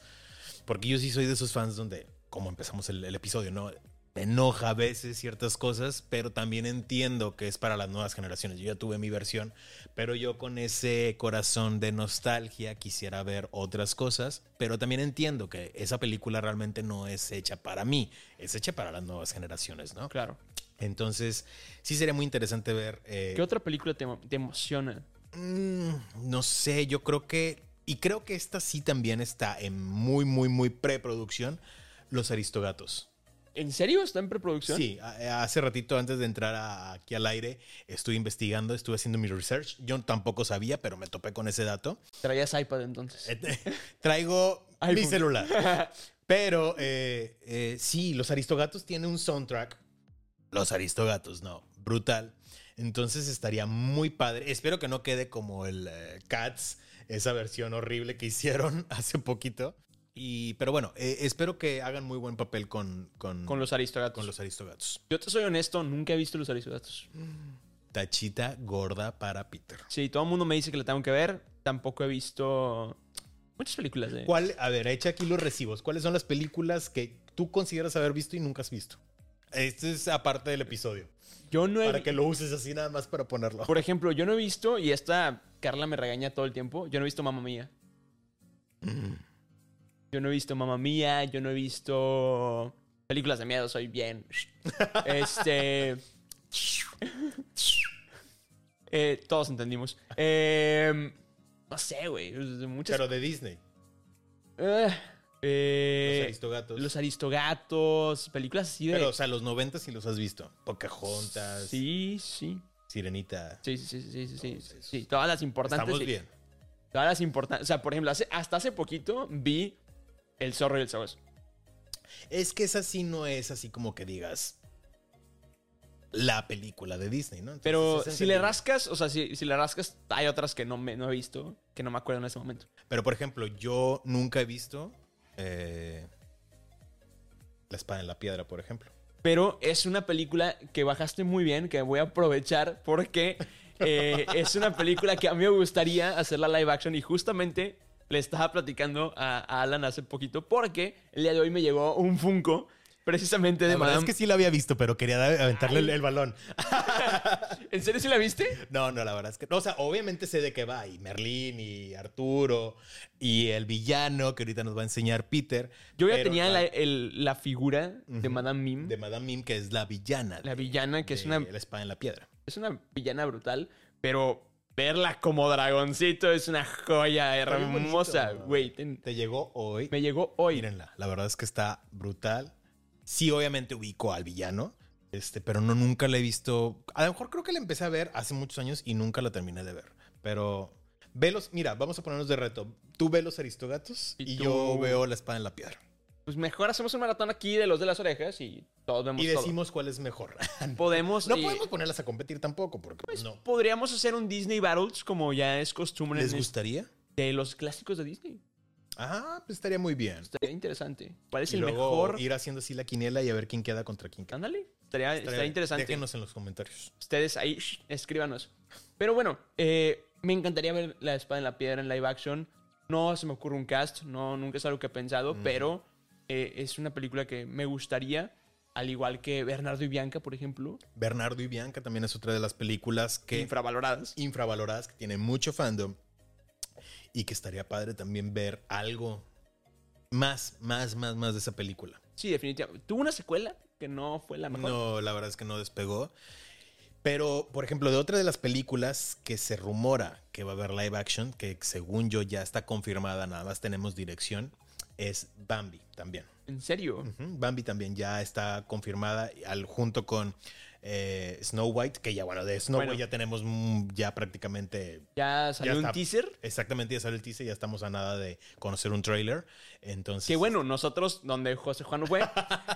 [SPEAKER 2] porque yo sí soy de esos fans donde, como empezamos el, el episodio, ¿no? Te enoja a veces ciertas cosas, pero también entiendo que es para las nuevas generaciones. Yo ya tuve mi versión, pero yo con ese corazón de nostalgia quisiera ver otras cosas, pero también entiendo que esa película realmente no es hecha para mí, es hecha para las nuevas generaciones, ¿no?
[SPEAKER 1] Claro.
[SPEAKER 2] Entonces, sí sería muy interesante ver. eh,
[SPEAKER 1] ¿Qué otra película te, te emociona?
[SPEAKER 2] mm, no sé, yo creo que. Y creo que esta sí también está en muy, muy, muy preproducción. Los Aristogatos.
[SPEAKER 1] ¿En serio está en preproducción?
[SPEAKER 2] Sí, a- eh, hace ratito antes de entrar a- aquí al aire, estuve investigando, estuve haciendo mi research. Yo tampoco sabía, pero me topé con ese dato.
[SPEAKER 1] Traías iPad entonces.
[SPEAKER 2] Eh, Traigo mi
[SPEAKER 1] iPhone.
[SPEAKER 2] celular. Pero eh, eh, sí, Los Aristogatos tiene un soundtrack. Los Aristogatos, no. Brutal. Entonces estaría muy padre. Espero que no quede como el eh, Cats, esa versión horrible que hicieron hace poquito. Y, pero bueno, eh, espero que hagan muy buen papel con, con,
[SPEAKER 1] Mm. Con los aristogatos.
[SPEAKER 2] con los Mm. Aristogatos.
[SPEAKER 1] Yo te soy honesto, nunca he visto los aristogatos.
[SPEAKER 2] Tachita gorda para Peter.
[SPEAKER 1] Sí, todo el mundo me dice que la tengo que ver. Tampoco he visto muchas películas de.
[SPEAKER 2] ¿Cuál? A ver, echa aquí los recibos. ¿Cuáles son las películas que tú consideras haber visto y nunca has visto? Esto es aparte del episodio.
[SPEAKER 1] Yo no he.
[SPEAKER 2] Para que lo uses así nada más para ponerlo.
[SPEAKER 1] Por ejemplo, yo no he visto, y esta Carla me regaña todo el tiempo, yo no he visto Mamma Mía.
[SPEAKER 2] Mm.
[SPEAKER 1] Yo no he visto Mamma Mía, yo no he visto películas de miedo, soy bien. Este. Eh, todos entendimos. Em, no sé, güey. Muchas.
[SPEAKER 2] Pero de Disney.
[SPEAKER 1] Eh, eh,
[SPEAKER 2] los Aristogatos.
[SPEAKER 1] los Aristogatos, películas así de.
[SPEAKER 2] Pero, o sea, los noventas sí los has visto. Pocahontas,
[SPEAKER 1] sí, sí.
[SPEAKER 2] Sirenita.
[SPEAKER 1] Sí, sí, sí, sí, sí, sí,
[SPEAKER 2] Todos esos.
[SPEAKER 1] sí. Todas las importantes.
[SPEAKER 2] Estamos
[SPEAKER 1] sí.
[SPEAKER 2] bien.
[SPEAKER 1] Todas las importantes. O sea, por ejemplo, hace- hasta hace poquito vi El Zorro y el Sabueso.
[SPEAKER 2] Es que esa sí no es así como que digas la película de Disney, ¿no? Entonces,
[SPEAKER 1] Pero
[SPEAKER 2] es
[SPEAKER 1] si le
[SPEAKER 2] entendible.
[SPEAKER 1] rascas, o sea, si, si le rascas, hay otras que no, me, no he visto, que no me acuerdo en ese momento.
[SPEAKER 2] Pero, por ejemplo, yo nunca he visto eh, La espada en la piedra, por ejemplo.
[SPEAKER 1] Pero es una película que bajaste muy bien, que voy a aprovechar porque eh, es una película que a mí me gustaría hacerla live action y justamente le estaba platicando a, a Alan hace poquito porque el día de hoy me llegó un Funko precisamente de
[SPEAKER 2] La verdad es
[SPEAKER 1] Madame.
[SPEAKER 2] que sí la había visto, pero quería dar- aventarle el,
[SPEAKER 1] Ay.
[SPEAKER 2] el balón.
[SPEAKER 1] ¿En serio sí la viste?
[SPEAKER 2] No, no, la verdad es que. O sea, obviamente sé de qué va. Y Merlín, y Arturo, y el villano que ahorita nos va a enseñar Peter.
[SPEAKER 1] Yo ya
[SPEAKER 2] pero
[SPEAKER 1] tenía la,
[SPEAKER 2] la-
[SPEAKER 1] el- la figura de
[SPEAKER 2] Ujú.
[SPEAKER 1] Madame Mim.
[SPEAKER 2] de Madame Mim, que es la villana.
[SPEAKER 1] La
[SPEAKER 2] de-
[SPEAKER 1] villana, que es
[SPEAKER 2] de
[SPEAKER 1] una,
[SPEAKER 2] La espada en la piedra.
[SPEAKER 1] es una villana brutal, pero verla como dragoncito es una joya
[SPEAKER 2] Está bien
[SPEAKER 1] hermosa,
[SPEAKER 2] bonito.
[SPEAKER 1] güey. Ten-
[SPEAKER 2] Te llegó hoy.
[SPEAKER 1] Me llegó hoy.
[SPEAKER 2] Mírenla. La verdad es que está brutal. Sí, obviamente ubico al villano. Este, pero no nunca la he visto. A lo mejor creo que la empecé a ver hace muchos años y nunca la terminé de ver. Pero velos, mira, vamos a ponernos de reto. Tú ve los aristogatos
[SPEAKER 1] Y
[SPEAKER 2] y,
[SPEAKER 1] tú-
[SPEAKER 2] yo veo la espada en la piedra.
[SPEAKER 1] Pues mejor hacemos un maratón aquí de los de las orejas y todos vemos
[SPEAKER 2] Y
[SPEAKER 1] todo.
[SPEAKER 2] decimos cuál es mejor.
[SPEAKER 1] Podemos,
[SPEAKER 2] No
[SPEAKER 1] y
[SPEAKER 2] podemos ponerlas a competir tampoco, porque
[SPEAKER 1] Pues,
[SPEAKER 2] no.
[SPEAKER 1] podríamos hacer un Disney Battles como ya es costumbre
[SPEAKER 2] ¿Les
[SPEAKER 1] en-
[SPEAKER 2] gustaría?
[SPEAKER 1] de los clásicos de Disney.
[SPEAKER 2] Ah, pues estaría muy bien.
[SPEAKER 1] Estaría interesante. ¿Cuál es
[SPEAKER 2] Y
[SPEAKER 1] el
[SPEAKER 2] luego
[SPEAKER 1] mejor?
[SPEAKER 2] ir haciendo así la quiniela y a ver quién queda contra quién. queda.
[SPEAKER 1] Ándale. Estaría, estaría interesante.
[SPEAKER 2] Déjenos en los comentarios.
[SPEAKER 1] ustedes ahí shh, escríbanos. Pero bueno, eh, me encantaría ver La Espada en la Piedra en live action. No se me ocurre un cast, no, nunca es algo que he pensado, pero eh, es una película que me gustaría, al igual que Bernardo y Bianca, por ejemplo,
[SPEAKER 2] Bernardo y Bianca también es otra de las películas que
[SPEAKER 1] infravaloradas.
[SPEAKER 2] infravaloradas, que tiene mucho fandom y que estaría padre también ver algo más, más, más, más de esa película.
[SPEAKER 1] Sí, definitivamente. Tuvo una secuela que no fue la mejor.
[SPEAKER 2] No, la verdad es que no despegó. Pero, por ejemplo, de otra de las películas que se rumora que va a haber live action, que según yo ya está confirmada, nada más tenemos dirección, es Bambi también. Mm.
[SPEAKER 1] En serio.
[SPEAKER 2] Ujú, Bambi también ya está confirmada al, junto con eh, Snow White, que ya, bueno, de Snow
[SPEAKER 1] Bueno.
[SPEAKER 2] White ya tenemos mm, ya prácticamente
[SPEAKER 1] Ya salió
[SPEAKER 2] Ya
[SPEAKER 1] un
[SPEAKER 2] está.
[SPEAKER 1] teaser.
[SPEAKER 2] Exactamente, ya sale el teaser, ya estamos a nada de conocer un trailer. Entonces.
[SPEAKER 1] Que bueno, nosotros, donde José Juan fue,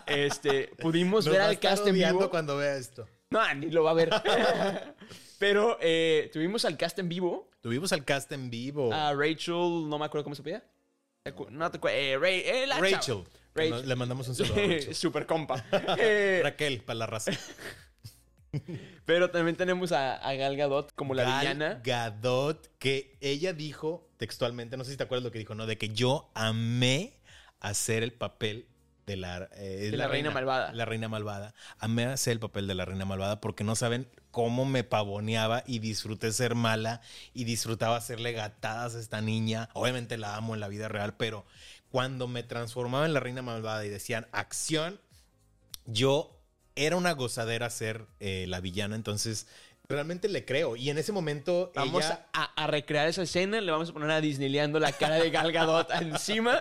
[SPEAKER 1] este, pudimos
[SPEAKER 2] nos
[SPEAKER 1] ver
[SPEAKER 2] va a
[SPEAKER 1] al
[SPEAKER 2] estar
[SPEAKER 1] cast en
[SPEAKER 2] odiando
[SPEAKER 1] vivo.
[SPEAKER 2] cuando vea esto.
[SPEAKER 1] No, ni lo va a ver. Pero eh, tuvimos al cast en vivo.
[SPEAKER 2] Tuvimos al cast en vivo.
[SPEAKER 1] A Ah, Rachel, no me acuerdo cómo se pedía. No te acuerdas. Eh, Ray- eh, la chava.
[SPEAKER 2] Rachel. que
[SPEAKER 1] Rachel.
[SPEAKER 2] no- Le mandamos un saludo a Rachel.
[SPEAKER 1] Super compa. Eh,
[SPEAKER 2] Raquel, para la raza.
[SPEAKER 1] pero también tenemos a, a Gal Gadot como la
[SPEAKER 2] Gal
[SPEAKER 1] villana.
[SPEAKER 2] Gadot, que ella dijo textualmente, no sé si te acuerdas lo que dijo, ¿no? De que yo amé hacer el papel de la, eh,
[SPEAKER 1] De la reina malvada.
[SPEAKER 2] La reina malvada. Amé hacer el papel de la reina malvada porque no saben cómo me pavoneaba y disfruté ser mala y disfrutaba hacerle gatadas a esta niña. Obviamente la amo en la vida real, pero cuando me transformaba en la reina malvada y decían acción, yo era una gozadera ser eh, la villana, entonces realmente le creo. Y en ese momento
[SPEAKER 1] Vamos
[SPEAKER 2] ella-
[SPEAKER 1] a, a recrear esa escena. Le vamos a poner a Disneyleando la cara de Gal Gadot encima.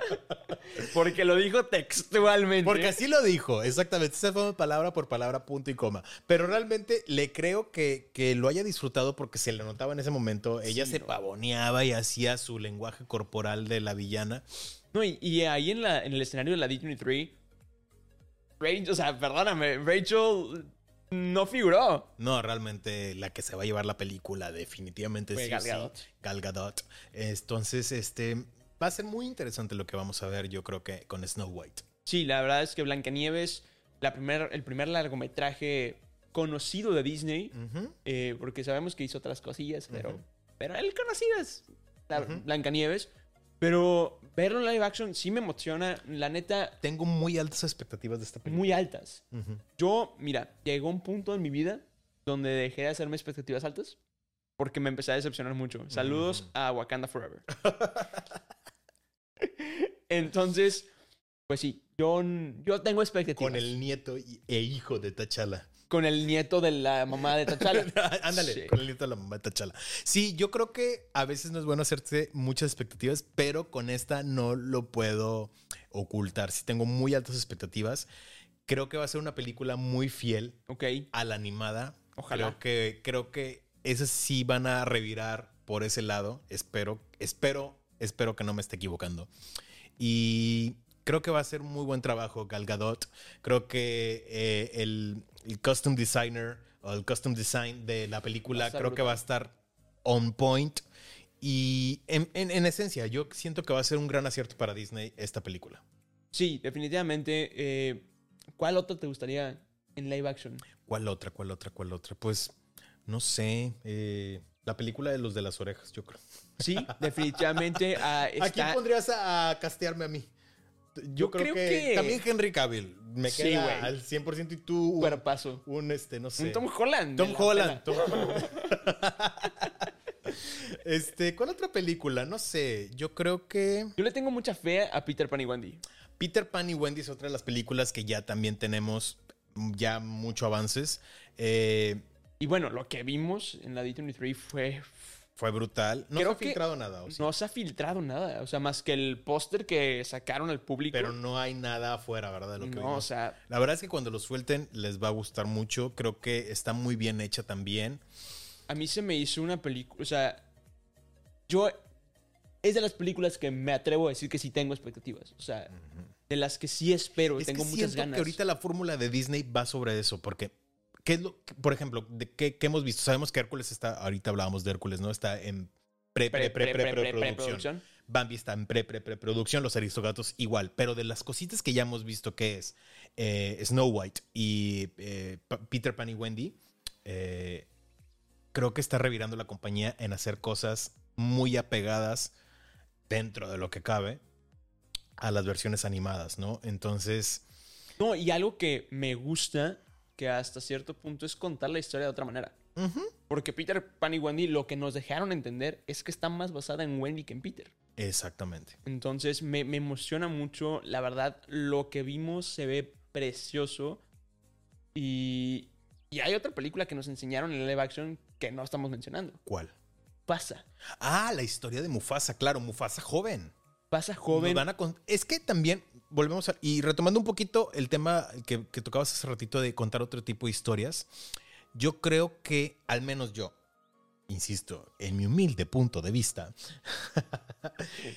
[SPEAKER 1] Porque lo dijo textualmente.
[SPEAKER 2] Porque así lo dijo, exactamente. Esa fue palabra por palabra, punto y coma. Pero realmente le creo que, que lo haya disfrutado porque se le notaba en ese momento. Ella
[SPEAKER 1] Sí,
[SPEAKER 2] se
[SPEAKER 1] ¿no?
[SPEAKER 2] pavoneaba y hacía su lenguaje corporal de la villana.
[SPEAKER 1] No, y, y ahí en, la, en el escenario de la Disney 3, Rachel, o sea, perdóname, Rachel no figuró.
[SPEAKER 2] No, realmente la que se va a llevar la película definitivamente
[SPEAKER 1] Fue
[SPEAKER 2] sí,
[SPEAKER 1] Gal
[SPEAKER 2] sí,
[SPEAKER 1] Gadot.
[SPEAKER 2] Gal Gadot. Entonces, este va a ser muy interesante lo que vamos a ver, yo creo que con Snow White.
[SPEAKER 1] Sí, la verdad es que Blancanieves, la primer, el primer largometraje conocido de Disney,
[SPEAKER 2] Ujú.
[SPEAKER 1] eh, porque sabemos que hizo otras cosillas, pero,
[SPEAKER 2] Ujú.
[SPEAKER 1] pero él conocido es la-
[SPEAKER 2] Ujú.
[SPEAKER 1] Blancanieves. Pero verlo en live action sí me emociona, la neta,
[SPEAKER 2] Tengo muy altas expectativas de esta película.
[SPEAKER 1] muy altas.
[SPEAKER 2] Ujú.
[SPEAKER 1] Yo, mira, llegó un punto en mi vida donde dejé de hacerme expectativas altas porque me empecé a decepcionar mucho. Saludos a Wakanda Forever. Entonces, pues sí, yo, yo tengo expectativas.
[SPEAKER 2] Con el nieto y- e hijo de Tachala.
[SPEAKER 1] Con el nieto de la mamá de T'Challa.
[SPEAKER 2] Ándale,
[SPEAKER 1] Sí.
[SPEAKER 2] con el nieto de la mamá de Tachala. Sí, yo creo que a veces no es bueno hacerte muchas expectativas, pero con esta no lo puedo ocultar. Sí, tengo muy altas expectativas. Creo que va a ser una película muy fiel
[SPEAKER 1] Ok,
[SPEAKER 2] a la animada.
[SPEAKER 1] Ojalá.
[SPEAKER 2] Creo que, creo que esas sí van a revirar por ese lado. Espero, espero, espero que no me esté equivocando. Y creo que va a ser muy buen trabajo Gal Gadot. Creo que eh, el, el custom designer o el custom design de la
[SPEAKER 1] Va a
[SPEAKER 2] película
[SPEAKER 1] estar
[SPEAKER 2] creo que va a estar on point. Y en, en- en esencia, yo siento que va a ser un gran acierto para Disney esta película.
[SPEAKER 1] sí, definitivamente. eh, ¿Cuál otro te gustaría en live action?
[SPEAKER 2] ¿Cuál otra? ¿Cuál otra? ¿Cuál otra? Pues no sé. eh, la película de los de las orejas, yo creo.
[SPEAKER 1] Sí, definitivamente. ah,
[SPEAKER 2] ¿A quién
[SPEAKER 1] está-
[SPEAKER 2] pondrías a, a castearme a mí? Yo,
[SPEAKER 1] Yo
[SPEAKER 2] creo,
[SPEAKER 1] creo
[SPEAKER 2] que,
[SPEAKER 1] que-
[SPEAKER 2] también Henry Cavill. Me
[SPEAKER 1] Sí,
[SPEAKER 2] queda
[SPEAKER 1] güey.
[SPEAKER 2] al 100% y tú un,
[SPEAKER 1] Cuerpazo.
[SPEAKER 2] un, este, no sé.
[SPEAKER 1] Un Tom Holland.
[SPEAKER 2] Tom
[SPEAKER 1] de la
[SPEAKER 2] Holland. Tom- este, ¿cuál otra película? No sé. Yo creo que
[SPEAKER 1] Yo le tengo mucha fe a Peter Pan y Wendy.
[SPEAKER 2] Peter Pan y Wendy es otra de las películas que ya también tenemos ya mucho avances. Eh,
[SPEAKER 1] Y bueno, lo que vimos en la D23 fue...
[SPEAKER 2] fue brutal. No
[SPEAKER 1] Creo
[SPEAKER 2] se ha
[SPEAKER 1] que-
[SPEAKER 2] filtrado nada. ¿o Oh, sí?
[SPEAKER 1] No se ha filtrado nada. O sea, más que el póster que sacaron al público.
[SPEAKER 2] Pero no hay nada afuera, ¿verdad? De lo que
[SPEAKER 1] no, o
[SPEAKER 2] vimos.
[SPEAKER 1] sea...
[SPEAKER 2] La verdad es que cuando lo suelten les va a gustar mucho. Creo que está muy bien hecha también.
[SPEAKER 1] A mí se me hizo una película... O sea, yo... Es de las películas que me atrevo a decir que sí tengo expectativas. O sea, de las que sí espero y
[SPEAKER 2] Es
[SPEAKER 1] tengo
[SPEAKER 2] que
[SPEAKER 1] muchas
[SPEAKER 2] siento
[SPEAKER 1] ganas.
[SPEAKER 2] que ahorita la fórmula de Disney va sobre eso, porque ¿qué es lo, que- por ejemplo, de qué, qué hemos visto? Sabemos que Hércules está, ahorita hablábamos de Hércules, ¿no? Está en pre, pre, pre, pre, pre, producción.
[SPEAKER 1] preproducción.
[SPEAKER 2] Bambi está en pre, pre, pre, producción, Los Aristogatos igual, pero de las cositas que ya hemos visto que es eh, Snow White y eh, Pa- Peter Pan y Wendy, eh, creo que está revirando la compañía en hacer cosas muy apegadas dentro de lo que cabe a las versiones animadas, ¿no? Entonces,
[SPEAKER 1] No, y algo que me gusta, que hasta cierto punto, es contar la historia de otra manera.
[SPEAKER 2] ujú,
[SPEAKER 1] Porque Peter Pan y Wendy lo que nos dejaron entender es que está más basada en Wendy que en Peter.
[SPEAKER 2] exactamente.
[SPEAKER 1] Entonces me, me emociona mucho. La verdad, lo que vimos se ve precioso. Y, y hay otra película que nos enseñaron en live action que no estamos mencionando.
[SPEAKER 2] ¿Cuál?
[SPEAKER 1] Pasa.
[SPEAKER 2] Ah, la historia de Mufasa, claro, Mufasa joven.
[SPEAKER 1] Pasa
[SPEAKER 2] Nos
[SPEAKER 1] joven.
[SPEAKER 2] van a con- Es que también, volvemos a. Y retomando un poquito el tema que, que tocabas hace ratito de contar otro tipo de historias, yo creo que, al menos yo, insisto, en mi humilde punto de vista,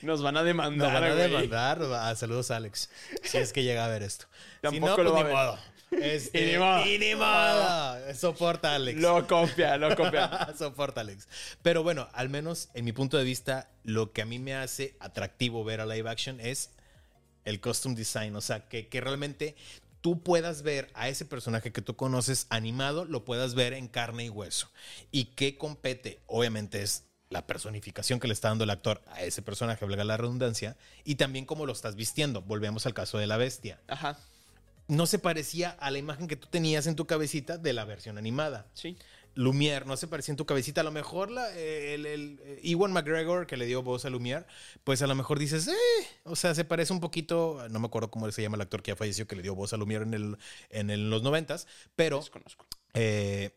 [SPEAKER 1] Nos van a
[SPEAKER 2] nos
[SPEAKER 1] demandar.
[SPEAKER 2] van a
[SPEAKER 1] güey.
[SPEAKER 2] demandar. Ah, saludos, Alex. Si es que llega a ver esto.
[SPEAKER 1] Tampoco
[SPEAKER 2] si no,
[SPEAKER 1] lo
[SPEAKER 2] pues,
[SPEAKER 1] va
[SPEAKER 2] ni
[SPEAKER 1] a
[SPEAKER 2] modo. Este,
[SPEAKER 1] Y ni modo.
[SPEAKER 2] y ni modo. Soporta, Alex.
[SPEAKER 1] Lo copia, lo copia.
[SPEAKER 2] Soporta, Alex. Pero bueno, al menos en mi punto de vista, lo que a mí me hace atractivo ver a live action es el costume design. O sea, que, que realmente tú puedas ver a ese personaje que tú conoces animado, lo puedas ver en carne y hueso. Y que compete, obviamente, es la personificación que le está dando el actor a ese personaje, valga la redundancia, y también cómo lo estás vistiendo. Volvemos al caso de la bestia.
[SPEAKER 1] Ajá,
[SPEAKER 2] No se parecía a la imagen que tú tenías en tu cabecita de la versión animada.
[SPEAKER 1] sí.
[SPEAKER 2] Lumière, no se parecía en tu cabecita. A lo mejor la- el, el- eh, Ewan McGregor, que le dio voz a Lumière, pues a lo mejor dices, eh, o sea, se parece un poquito, no me acuerdo cómo se llama el actor que ya falleció, que le dio voz a Lumière en, el, en el- los noventas, pero
[SPEAKER 1] Desconozco.
[SPEAKER 2] eh,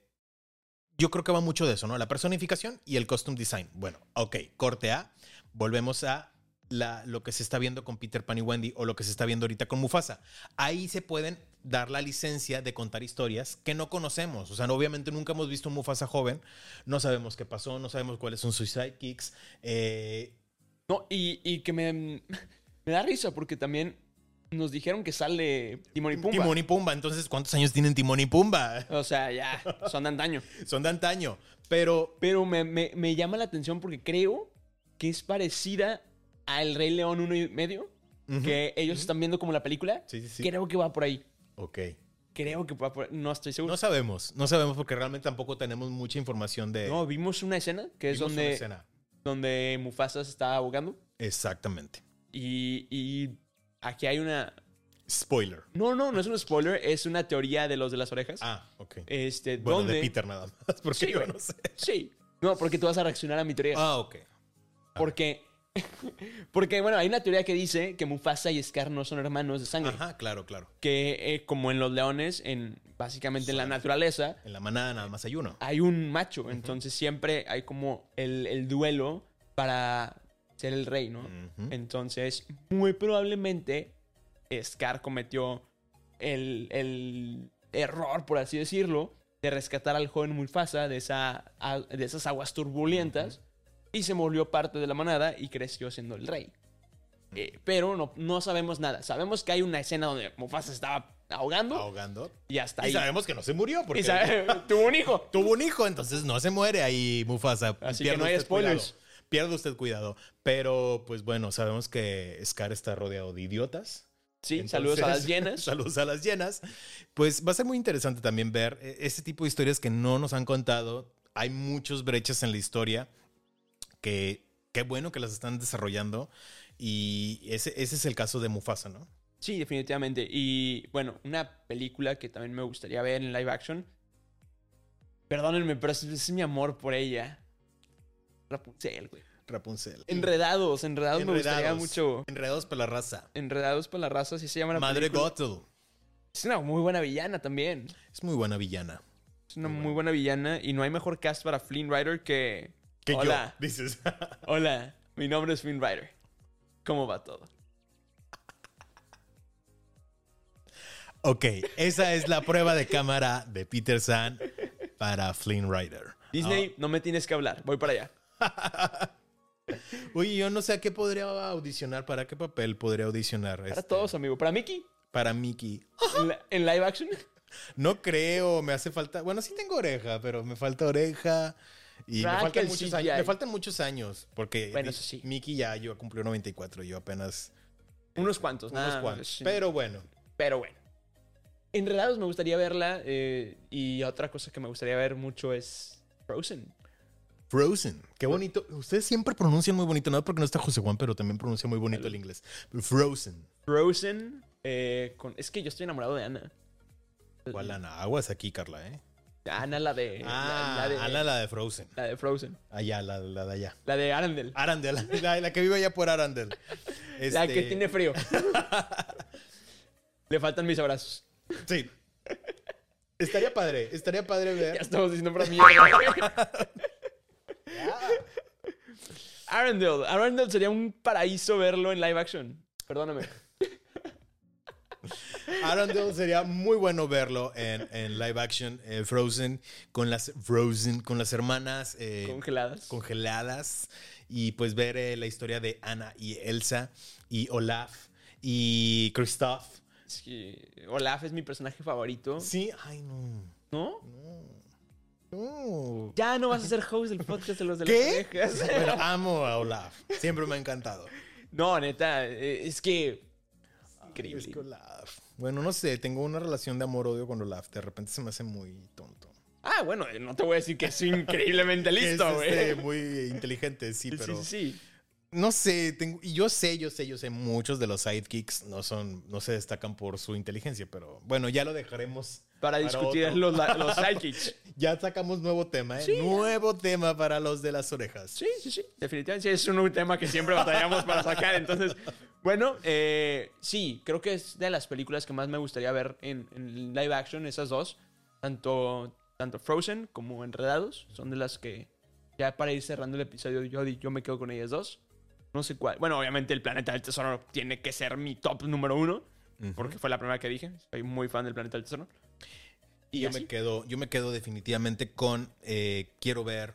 [SPEAKER 2] yo creo que va mucho de eso, ¿no? La personificación y el costume design. Bueno, ok, corte A, volvemos a... la- lo que se está viendo con Peter Pan y Wendy o lo que se está viendo ahorita con Mufasa. Ahí se pueden dar la licencia de contar historias que no conocemos. O sea, no- obviamente nunca hemos visto un Mufasa joven, no sabemos qué pasó, no sabemos cuáles son sus sidekicks. eh,
[SPEAKER 1] No, y, y que me, me da risa porque también nos dijeron que sale Timón y Pumba.
[SPEAKER 2] Timón y Pumba. Entonces, ¿cuántos años tienen Timón y Pumba?
[SPEAKER 1] O sea, ya, son de antaño.
[SPEAKER 2] Son de antaño, pero...
[SPEAKER 1] Pero me, me- me llama la atención porque creo que es parecida al Rey León uno y medio, que ellos están viendo como la película.
[SPEAKER 2] Sí, sí, sí.
[SPEAKER 1] Creo que va por ahí.
[SPEAKER 2] Ok.
[SPEAKER 1] Creo que va por ahí. No estoy seguro.
[SPEAKER 2] No sabemos, no sabemos porque realmente tampoco tenemos mucha información de...
[SPEAKER 1] No, vimos una escena que es
[SPEAKER 2] vimos una
[SPEAKER 1] donde,
[SPEAKER 2] escena.
[SPEAKER 1] donde Mufasa se está ahogando.
[SPEAKER 2] Exactamente.
[SPEAKER 1] Y, y aquí hay una...
[SPEAKER 2] Spoiler.
[SPEAKER 1] No, no, no es un spoiler, es una teoría de los de las orejas.
[SPEAKER 2] Ah, ok.
[SPEAKER 1] Este,
[SPEAKER 2] bueno,
[SPEAKER 1] donde...
[SPEAKER 2] de Peter nada más, porque
[SPEAKER 1] Sí,
[SPEAKER 2] yo
[SPEAKER 1] güey.
[SPEAKER 2] no sé.
[SPEAKER 1] Sí. No, porque tú vas a reaccionar a mi teoría.
[SPEAKER 2] Ah, ok.
[SPEAKER 1] Porque, porque, bueno, hay una teoría que dice que Mufasa y Scar no son hermanos de sangre.
[SPEAKER 2] Ajá, claro, claro.
[SPEAKER 1] Que eh, como en los leones, en básicamente en la naturaleza,
[SPEAKER 2] En la manada nada más hay uno.
[SPEAKER 1] hay un macho. Entonces siempre hay como el, el duelo para ser el rey, ¿no?
[SPEAKER 2] Ujú.
[SPEAKER 1] Entonces, muy probablemente Scar cometió el, el error, por así decirlo, de rescatar al joven Mufasa de, esa, a- de esas aguas turbulentas y se volvió parte de la manada y creció siendo el rey. Eh, pero no, no sabemos nada. Sabemos que hay una escena donde Mufasa estaba ahogando
[SPEAKER 2] Ahogando.
[SPEAKER 1] y hasta
[SPEAKER 2] Y
[SPEAKER 1] ahí.
[SPEAKER 2] sabemos que no se murió porque
[SPEAKER 1] Y sabe- tuvo un hijo.
[SPEAKER 2] tuvo un hijo, entonces no se muere ahí Mufasa.
[SPEAKER 1] Así que
[SPEAKER 2] Pierda
[SPEAKER 1] no hay
[SPEAKER 2] usted
[SPEAKER 1] spoilers.
[SPEAKER 2] cuidado. Pierda usted cuidado. Pero, pues bueno, sabemos que Scar está rodeado de idiotas.
[SPEAKER 1] Sí,
[SPEAKER 2] Entonces,
[SPEAKER 1] saludos a las llenas.
[SPEAKER 2] saludos a las llenas. Pues va a ser muy interesante también ver eh, ese tipo de historias que no nos han contado. Hay muchos brechas en la historia que qué bueno que las están desarrollando. Y ese, ese es el caso de Mufasa, ¿no?
[SPEAKER 1] Sí, definitivamente. Y bueno, una película que también me gustaría ver en live action. Perdónenme, pero es, es mi amor por ella. Rapunzel, güey.
[SPEAKER 2] Rapunzel.
[SPEAKER 1] Enredados, enredados, me gustaría
[SPEAKER 2] Enredados.
[SPEAKER 1] mucho.
[SPEAKER 2] Enredados por la raza.
[SPEAKER 1] Enredados para la raza, así se llama la
[SPEAKER 2] Madre
[SPEAKER 1] película.
[SPEAKER 2] Gothel.
[SPEAKER 1] Es una muy buena villana también.
[SPEAKER 2] Es muy buena villana.
[SPEAKER 1] Es una muy buena villana y no hay mejor cast para Flynn Rider que...
[SPEAKER 2] Que
[SPEAKER 1] Hola,
[SPEAKER 2] yo, dices.
[SPEAKER 1] hola, mi nombre es Flynn Rider. ¿Cómo va todo?
[SPEAKER 2] ok, esa es la prueba de cámara de Peter San para Flynn Rider.
[SPEAKER 1] Disney, no me tienes que hablar, voy para allá.
[SPEAKER 2] Oye, yo no sé a qué podría audicionar, para qué papel podría audicionar.
[SPEAKER 1] Para
[SPEAKER 2] este,
[SPEAKER 1] todos, amigo. Para Mickey,
[SPEAKER 2] Para Mickey.
[SPEAKER 1] en la- en live action.
[SPEAKER 2] No creo, me hace falta. Bueno, sí tengo oreja, pero me falta oreja. Y me
[SPEAKER 1] Raquel,
[SPEAKER 2] faltan, muchos
[SPEAKER 1] CGI.
[SPEAKER 2] años, me faltan muchos años. Porque
[SPEAKER 1] Bueno,
[SPEAKER 2] di-
[SPEAKER 1] eso sí.
[SPEAKER 2] Mickey ya yo cumplió 94, yo apenas
[SPEAKER 1] Unos cuantos,
[SPEAKER 2] unos
[SPEAKER 1] nada más,
[SPEAKER 2] cuantos.
[SPEAKER 1] Ah, pues sí.
[SPEAKER 2] Pero bueno,
[SPEAKER 1] Pero bueno. Enredados me gustaría verla. eh, y otra cosa que me gustaría ver mucho es Frozen.
[SPEAKER 2] Frozen. Qué bonito. Ustedes siempre pronuncian muy bonito, no porque no está José Juan, pero también pronuncia muy bonito el inglés. Frozen.
[SPEAKER 1] Frozen. eh, con, es que yo estoy enamorado de Ana.
[SPEAKER 2] ¿Cuál Ana? Aguas aquí, Carla, ¿eh?
[SPEAKER 1] Ana, la de. la-
[SPEAKER 2] Ah,
[SPEAKER 1] Eh, la, de
[SPEAKER 2] Ana, la de Frozen.
[SPEAKER 1] la de Frozen.
[SPEAKER 2] Allá, la, la de allá.
[SPEAKER 1] La de Arendelle.
[SPEAKER 2] Arandel, la, la que vive allá por Arandel.
[SPEAKER 1] La
[SPEAKER 2] Este,
[SPEAKER 1] que tiene frío. Le faltan mis abrazos.
[SPEAKER 2] Sí. Estaría padre, estaría padre
[SPEAKER 1] Ya
[SPEAKER 2] ver.
[SPEAKER 1] estamos diciendo para mierda.
[SPEAKER 2] Ah,
[SPEAKER 1] Arendelle. Arendelle sería un paraíso verlo en live action. Perdóname.
[SPEAKER 2] Arundel sería muy bueno verlo en, en live action eh, Frozen con las Frozen con las hermanas eh,
[SPEAKER 1] Congeladas.
[SPEAKER 2] congeladas y pues ver eh, la historia de Anna y Elsa y Olaf y Kristoff.
[SPEAKER 1] Es que Olaf es mi personaje favorito.
[SPEAKER 2] Sí, ay no.
[SPEAKER 1] ¿No?
[SPEAKER 2] No.
[SPEAKER 1] Ya no vas a ser host del podcast de los de
[SPEAKER 2] ¿Qué?
[SPEAKER 1] las orejas.
[SPEAKER 2] Bueno, amo a Olaf. Siempre me ha encantado.
[SPEAKER 1] No, neta, eh, es que. Increíble.
[SPEAKER 2] Es que Olaf. Bueno, no sé, tengo una relación de amor-odio con Olaf. De repente se me hace muy tonto.
[SPEAKER 1] Ah, bueno, eh, no te voy a decir que es increíblemente listo,
[SPEAKER 2] Es,
[SPEAKER 1] güey.
[SPEAKER 2] este, muy inteligente, sí,
[SPEAKER 1] Sí,
[SPEAKER 2] pero.
[SPEAKER 1] sí, sí.
[SPEAKER 2] No sé, tengo, y yo sé, yo sé, yo sé, muchos de los sidekicks no son, no se destacan por su inteligencia, pero bueno, ya lo dejaremos.
[SPEAKER 1] Para discutir
[SPEAKER 2] otro.
[SPEAKER 1] los, la- los sidekicks.
[SPEAKER 2] Ya sacamos nuevo tema, ¿eh? Nuevo tema para los de las orejas.
[SPEAKER 1] Sí, sí, sí. Definitivamente sí, es un, un tema que siempre batallamos para sacar. Entonces, bueno, eh, sí, creo que es de las películas que más me gustaría ver en, en live action, esas dos. Tanto, tanto Frozen como Enredados. Son de las que, ya para ir cerrando el episodio, yo, di- yo me quedo con ellas dos. No sé cuál. Bueno, obviamente el Planeta del Tesoro tiene que ser mi top número uno. Porque fue la primera que dije. Soy muy fan del Planeta del Tesoro.
[SPEAKER 2] Y yo me quedo, yo me quedo definitivamente con eh, quiero ver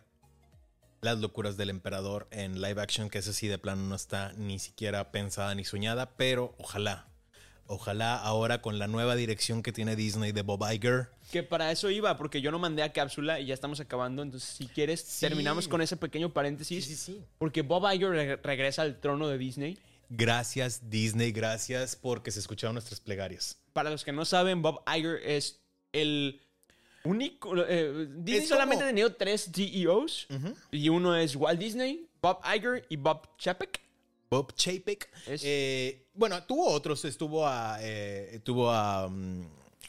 [SPEAKER 2] las locuras del emperador en live action, que ese sí de plano no está ni siquiera pensada ni soñada, pero ojalá, ojalá ahora con la nueva dirección que tiene Disney de Bob Iger.
[SPEAKER 1] Que para eso iba, porque yo no mandé a cápsula y ya estamos acabando. Entonces, si quieres,
[SPEAKER 2] Sí.
[SPEAKER 1] terminamos con ese pequeño paréntesis.
[SPEAKER 2] sí.
[SPEAKER 1] Porque Bob Iger re- regresa al trono de Disney.
[SPEAKER 2] Gracias Disney, gracias porque se escucharon nuestras plegarias.
[SPEAKER 1] Para los que no saben, Bob Iger es el único... eh, Disney
[SPEAKER 2] Es como-
[SPEAKER 1] solamente ha tenido tres CEOs. Y uno es Walt Disney, Bob Iger y Bob Chapek.
[SPEAKER 2] Bob Chapek.
[SPEAKER 1] Es-
[SPEAKER 2] Eh, bueno, tuvo otros. Estuvo a, eh, tuvo a mm,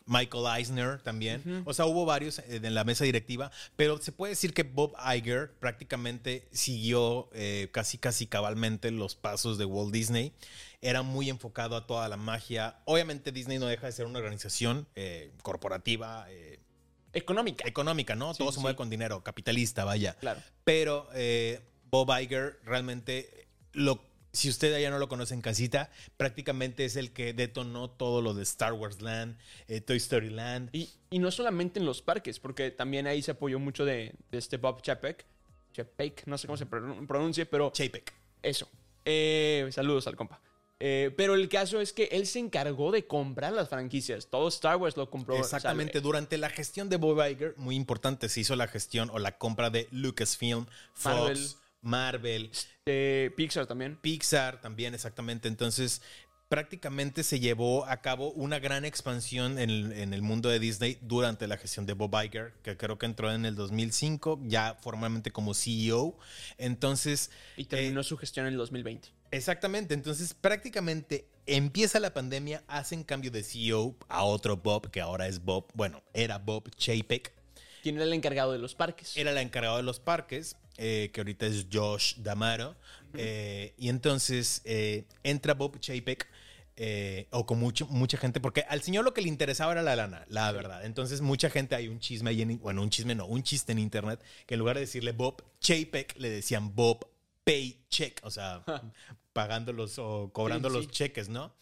[SPEAKER 2] Michael Eisner también. O sea, hubo varios eh, en la mesa directiva. Pero se puede decir que Bob Iger prácticamente siguió eh, casi, casi cabalmente los pasos de Walt Disney. Era muy enfocado a toda la magia. Obviamente Disney no deja de ser una organización eh, corporativa, eh,
[SPEAKER 1] Económica.
[SPEAKER 2] económica, ¿no? Todo
[SPEAKER 1] sí,
[SPEAKER 2] se mueve
[SPEAKER 1] sí.
[SPEAKER 2] con dinero, capitalista, vaya.
[SPEAKER 1] Claro.
[SPEAKER 2] Pero eh, Bob Iger realmente, lo, si usted allá no lo conoce en casita, prácticamente es el que detonó todo lo de Star Wars Land, eh, Toy Story Land.
[SPEAKER 1] Y, y no solamente en los parques, porque también ahí se apoyó mucho de, de este Bob Chapek. Chapek, no sé cómo se pronun- pronuncie, pero...
[SPEAKER 2] Chapek.
[SPEAKER 1] Eso. Eh, saludos al compa. Eh, pero el caso es que él se encargó de comprar las franquicias. Todo Star Wars lo compró. o sea,
[SPEAKER 2] Exactamente, durante la gestión de Bob Iger, muy importante, se hizo la gestión o la compra de Lucasfilm, Fox, Marvel
[SPEAKER 1] eh, Pixar también.
[SPEAKER 2] Pixar también, exactamente. Entonces, prácticamente se llevó a cabo una gran expansión en el, en el mundo de Disney durante la gestión de Bob Iger, que creo que entró en el 2005, ya formalmente como CEO. Entonces,
[SPEAKER 1] Y terminó
[SPEAKER 2] Eh,
[SPEAKER 1] su gestión en el 2020.
[SPEAKER 2] Exactamente, entonces prácticamente empieza la pandemia, hacen cambio de CEO a otro Bob, que ahora es Bob, bueno, era Bob Chapek,
[SPEAKER 1] ¿Quién era el encargado de los parques?
[SPEAKER 2] era el encargado de los parques, eh, que ahorita es Josh Damaro. eh, y entonces eh, entra Bob Chapek, eh, o con mucho, mucha gente, porque al señor lo que le interesaba era la lana, la verdad. Entonces, mucha gente, hay un chisme ahí, en, bueno, un chisme no, un chiste en internet, que en lugar de decirle Bob Chapek, le decían Bob Paycheck, o sea, pagándolos o cobrando
[SPEAKER 1] Sí, sí.
[SPEAKER 2] los cheques, ¿no?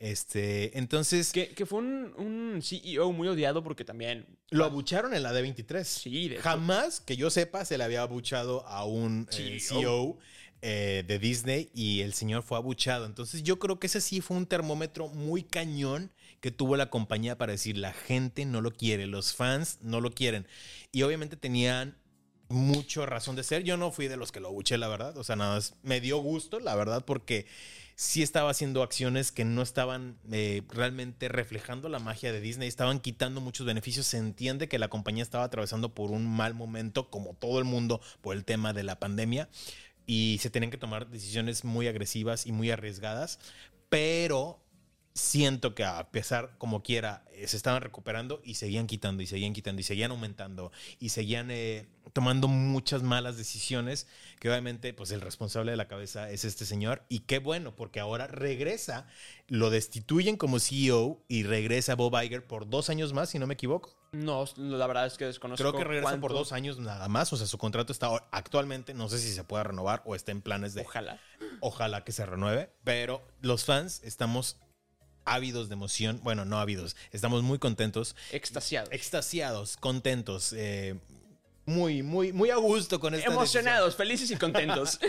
[SPEAKER 2] Este, entonces,
[SPEAKER 1] Que, que fue un, un CEO muy odiado porque también...
[SPEAKER 2] lo abucharon en la D23.
[SPEAKER 1] Sí, de hecho.
[SPEAKER 2] Jamás que yo sepa se le había abuchado a un eh,
[SPEAKER 1] CEO.
[SPEAKER 2] CEO eh, de Disney y el señor fue abuchado. Entonces yo creo que ese sí fue un termómetro muy cañón que tuvo la compañía para decir la gente no lo quiere, los fans no lo quieren. Y obviamente tenían mucho razón de ser. Yo no fui de los que lo abuché, la verdad. O sea, nada más me dio gusto, la verdad, porque sí estaba haciendo acciones que no estaban eh, realmente reflejando la magia de Disney, estaban quitando muchos beneficios. Se entiende que la compañía estaba atravesando por un mal momento, como todo el mundo, por el tema de la pandemia, y se tenían que tomar decisiones muy agresivas y muy arriesgadas, pero siento que a pesar como quiera, eh, se estaban recuperando y seguían quitando y seguían quitando y seguían aumentando y seguían eh, tomando muchas malas decisiones que obviamente pues el responsable de la cabeza es este señor y qué bueno porque ahora regresa, lo destituyen como CEO y regresa Bob Iger por dos años más si no me equivoco.
[SPEAKER 1] No, la verdad es que desconozco
[SPEAKER 2] Creo que regresa por
[SPEAKER 1] cuánto-
[SPEAKER 2] dos años nada más, o sea, su contrato está ahora- actualmente, no sé si se pueda renovar o está en planes de
[SPEAKER 1] Ojalá.
[SPEAKER 2] ojalá que se renueve, pero los fans estamos ávidos de emoción. Bueno, no ávidos, estamos muy contentos,
[SPEAKER 1] Extasiados.
[SPEAKER 2] extasiados, contentos, eh, muy, muy, muy a gusto con esta decisión.
[SPEAKER 1] Emocionados, felices y contentos.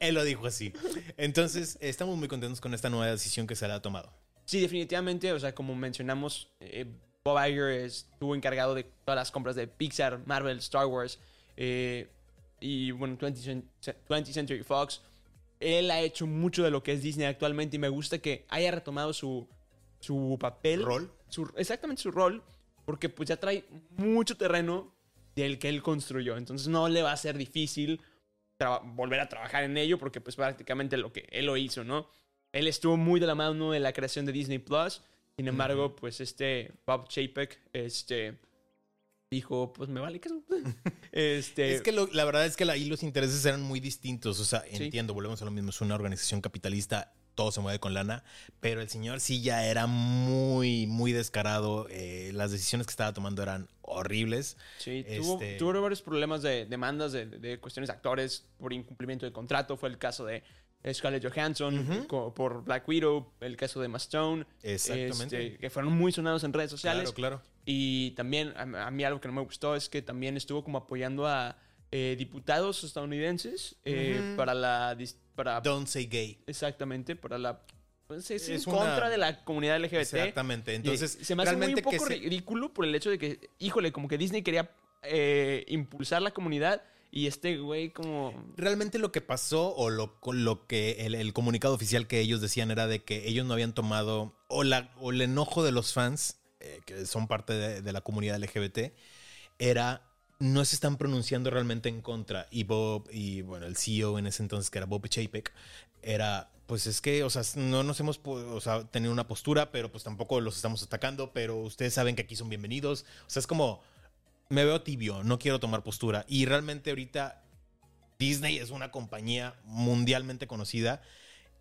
[SPEAKER 2] Él lo dijo así. Entonces, estamos muy contentos con esta nueva decisión que se le ha tomado.
[SPEAKER 1] Sí, definitivamente. O sea, como mencionamos, eh, Bob Iger estuvo encargado de todas las compras de Pixar, Marvel, Star Wars eh, y, bueno, 20th, cen- 20th Century Fox. Él ha hecho mucho de lo que es Disney actualmente y me gusta que haya retomado su, su papel.
[SPEAKER 2] ¿Rol?
[SPEAKER 1] Su- exactamente su rol, porque pues ya trae mucho terreno del que él construyó. Entonces no le va a ser difícil traba- volver a trabajar en ello, porque pues prácticamente lo que él lo hizo, ¿no? Él estuvo muy de la mano de la creación de Disney Plus. Sin embargo, pues este Bob Chapek, este dijo, pues me vale queso. este
[SPEAKER 2] Es que lo- la verdad es que la- ahí los intereses eran muy distintos. O sea,
[SPEAKER 1] Sí.
[SPEAKER 2] entiendo, volvemos a lo mismo. Es una organización capitalista, todo se mueve con lana. Pero el señor sí ya era muy, muy descarado. eh, las decisiones que estaba tomando eran horribles.
[SPEAKER 1] Sí, tuvo,
[SPEAKER 2] Este-
[SPEAKER 1] tuvo varios problemas de demandas de, de cuestiones de actores por incumplimiento de contrato. Fue el caso de Scarlett Johansson co- por Black Widow, el caso de Emma Stone,
[SPEAKER 2] Exactamente.
[SPEAKER 1] este, que fueron muy sonados en redes sociales.
[SPEAKER 2] Claro, claro.
[SPEAKER 1] Y también a, a mí algo que no me gustó es que también estuvo como apoyando a eh, diputados estadounidenses eh,
[SPEAKER 2] Ujú.
[SPEAKER 1] para la... dis- Para,
[SPEAKER 2] Don't say gay.
[SPEAKER 1] exactamente, para la... pues, es
[SPEAKER 2] Es
[SPEAKER 1] en
[SPEAKER 2] una-
[SPEAKER 1] contra de la comunidad LGBT.
[SPEAKER 2] Exactamente.
[SPEAKER 1] Y
[SPEAKER 2] Entonces,
[SPEAKER 1] se me hace muy un
[SPEAKER 2] realmente que
[SPEAKER 1] poco
[SPEAKER 2] se-
[SPEAKER 1] ridículo por el hecho de que, híjole, como que Disney quería eh, impulsar la comunidad y este güey como...
[SPEAKER 2] Realmente lo que pasó o lo, lo que el, el comunicado oficial que ellos decían era de que ellos no habían tomado o, la, o el enojo de los fans, eh, que son parte de, de la comunidad LGBT, era no se están pronunciando realmente en contra. Y Bob, y bueno, el CEO en ese entonces, que era Bob Chapek, era, pues es que, o sea, no nos hemos po- o sea, tenido una postura, pero pues tampoco los estamos atacando, pero ustedes saben que aquí son bienvenidos. O sea, es como, me veo tibio, no quiero tomar postura. Y realmente ahorita Disney es una compañía mundialmente conocida.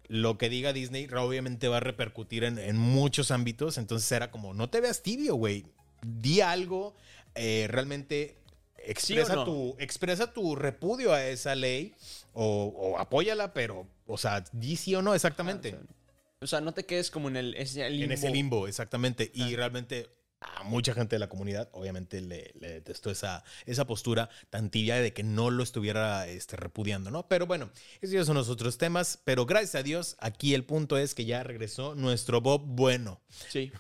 [SPEAKER 2] Lo que diga Disney obviamente va a repercutir en, en muchos ámbitos. Entonces era como, no te veas tibio, güey. Di algo, eh, realmente expresa,
[SPEAKER 1] no?
[SPEAKER 2] tu, expresa tu repudio a esa ley o, o apóyala, pero, o sea, di sí o no, exactamente.
[SPEAKER 1] O sea, o sea, no te quedes como en el, ese
[SPEAKER 2] En
[SPEAKER 1] limbo.
[SPEAKER 2] ese limbo, exactamente. Y realmente a mucha gente de la comunidad, obviamente, le, le detestó esa, esa postura tan tibia de que no lo estuviera este, repudiando, ¿no? Pero bueno, esos ya son los otros temas. Pero gracias a Dios, aquí el punto es que ya regresó nuestro Bob bueno.
[SPEAKER 1] Sí.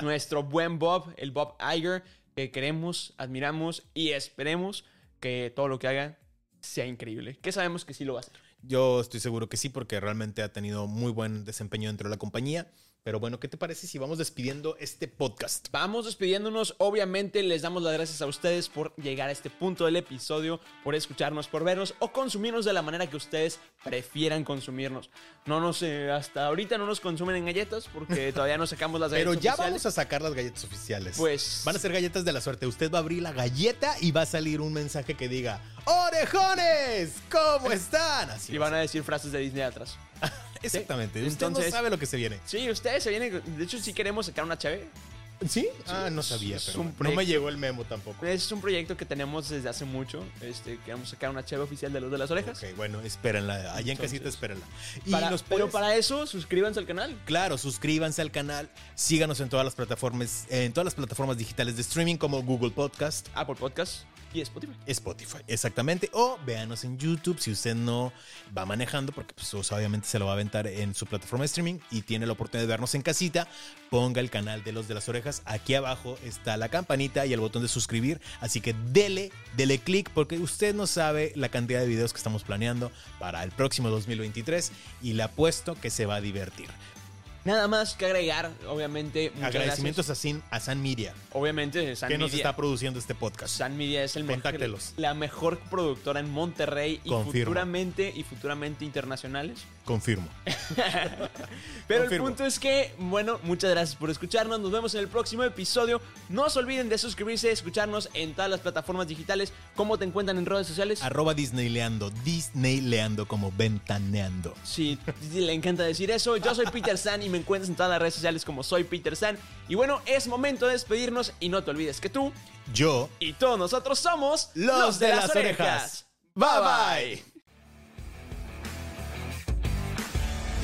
[SPEAKER 1] Nuestro buen Bob, el Bob Iger, que queremos, admiramos y esperemos que todo lo que haga sea increíble. Que sabemos que sí lo va a hacer.
[SPEAKER 2] Yo estoy seguro que sí, porque realmente ha tenido muy buen desempeño dentro de la compañía. Pero bueno, ¿qué te parece si vamos despidiendo este podcast?
[SPEAKER 1] Vamos despidiéndonos, obviamente les damos las gracias a ustedes por llegar a este punto del episodio, por escucharnos, por vernos o consumirnos de la manera que ustedes prefieran consumirnos. No nos, eh, hasta ahorita no nos consumen en galletas porque todavía no sacamos las
[SPEAKER 2] Pero
[SPEAKER 1] galletas
[SPEAKER 2] ya vamos a sacar las galletas oficiales.
[SPEAKER 1] Pues-
[SPEAKER 2] Van a ser galletas de la suerte. Usted va a abrir la galleta y va a salir un mensaje que diga: ¡Orejones! ¿Cómo están? Así
[SPEAKER 1] Y
[SPEAKER 2] va a
[SPEAKER 1] van a decir frases de Disney atrás.
[SPEAKER 2] ser. Exactamente. Usted
[SPEAKER 1] Entonces-
[SPEAKER 2] no sabe lo que se viene.
[SPEAKER 1] Sí, ustedes se vienen... De hecho, sí queremos sacar una chave.
[SPEAKER 2] ¿Sí? Ah, no sabía,
[SPEAKER 1] es
[SPEAKER 2] pero
[SPEAKER 1] un
[SPEAKER 2] bueno, no
[SPEAKER 1] proyecto.
[SPEAKER 2] me llegó el memo tampoco.
[SPEAKER 1] Es un proyecto que tenemos desde hace mucho. Este, queremos sacar una chave oficial de los de las orejas.
[SPEAKER 2] Ok, bueno, espérenla. Allá en casita, espérenla. Y
[SPEAKER 1] Para-
[SPEAKER 2] nos
[SPEAKER 1] Pero
[SPEAKER 2] puedes-
[SPEAKER 1] para eso, suscríbanse al canal.
[SPEAKER 2] Claro, suscríbanse al canal, síganos en todas las plataformas, en todas las plataformas digitales de streaming como Google Podcast,
[SPEAKER 1] Apple Podcast y Spotify.
[SPEAKER 2] Spotify, exactamente. O véanos en YouTube si usted no va manejando, porque pues, o sea, obviamente se lo va a aventar en su plataforma de streaming y tiene la oportunidad de vernos en casita. Ponga el canal de los de las orejas. Aquí abajo está la campanita y el botón de suscribir. Así que dele, dele clic, porque usted no sabe la cantidad de videos que estamos planeando para el próximo 2023 y le apuesto que se va a divertir.
[SPEAKER 1] Nada más que agregar, obviamente. muchas
[SPEAKER 2] Agradecimientos a, Sin- a San Media,
[SPEAKER 1] gracias. Obviamente, San
[SPEAKER 2] que nos
[SPEAKER 1] Media.
[SPEAKER 2] está produciendo este podcast.
[SPEAKER 1] San Media es el mejor,
[SPEAKER 2] Contáctelos.
[SPEAKER 1] la mejor productora en Monterrey y
[SPEAKER 2] Confirmo.
[SPEAKER 1] futuramente y futuramente internacionales.
[SPEAKER 2] Confirmo.
[SPEAKER 1] Pero
[SPEAKER 2] Confirmo.
[SPEAKER 1] el punto es que, bueno, muchas gracias por escucharnos. Nos vemos en el próximo episodio. No se olviden de suscribirse, escucharnos en todas las plataformas digitales. ¿Cómo te encuentran en redes sociales?
[SPEAKER 2] Arroba Disneyleando, Disneyleando como ventaneando.
[SPEAKER 1] Sí, le encanta decir eso. Yo soy Peter San y me encuentras en todas las redes sociales como soy Peter San. Y bueno, es momento de despedirnos y no te olvides que tú
[SPEAKER 2] Yo
[SPEAKER 1] y todos nosotros somos
[SPEAKER 2] Los de las orejas.
[SPEAKER 1] Bye bye.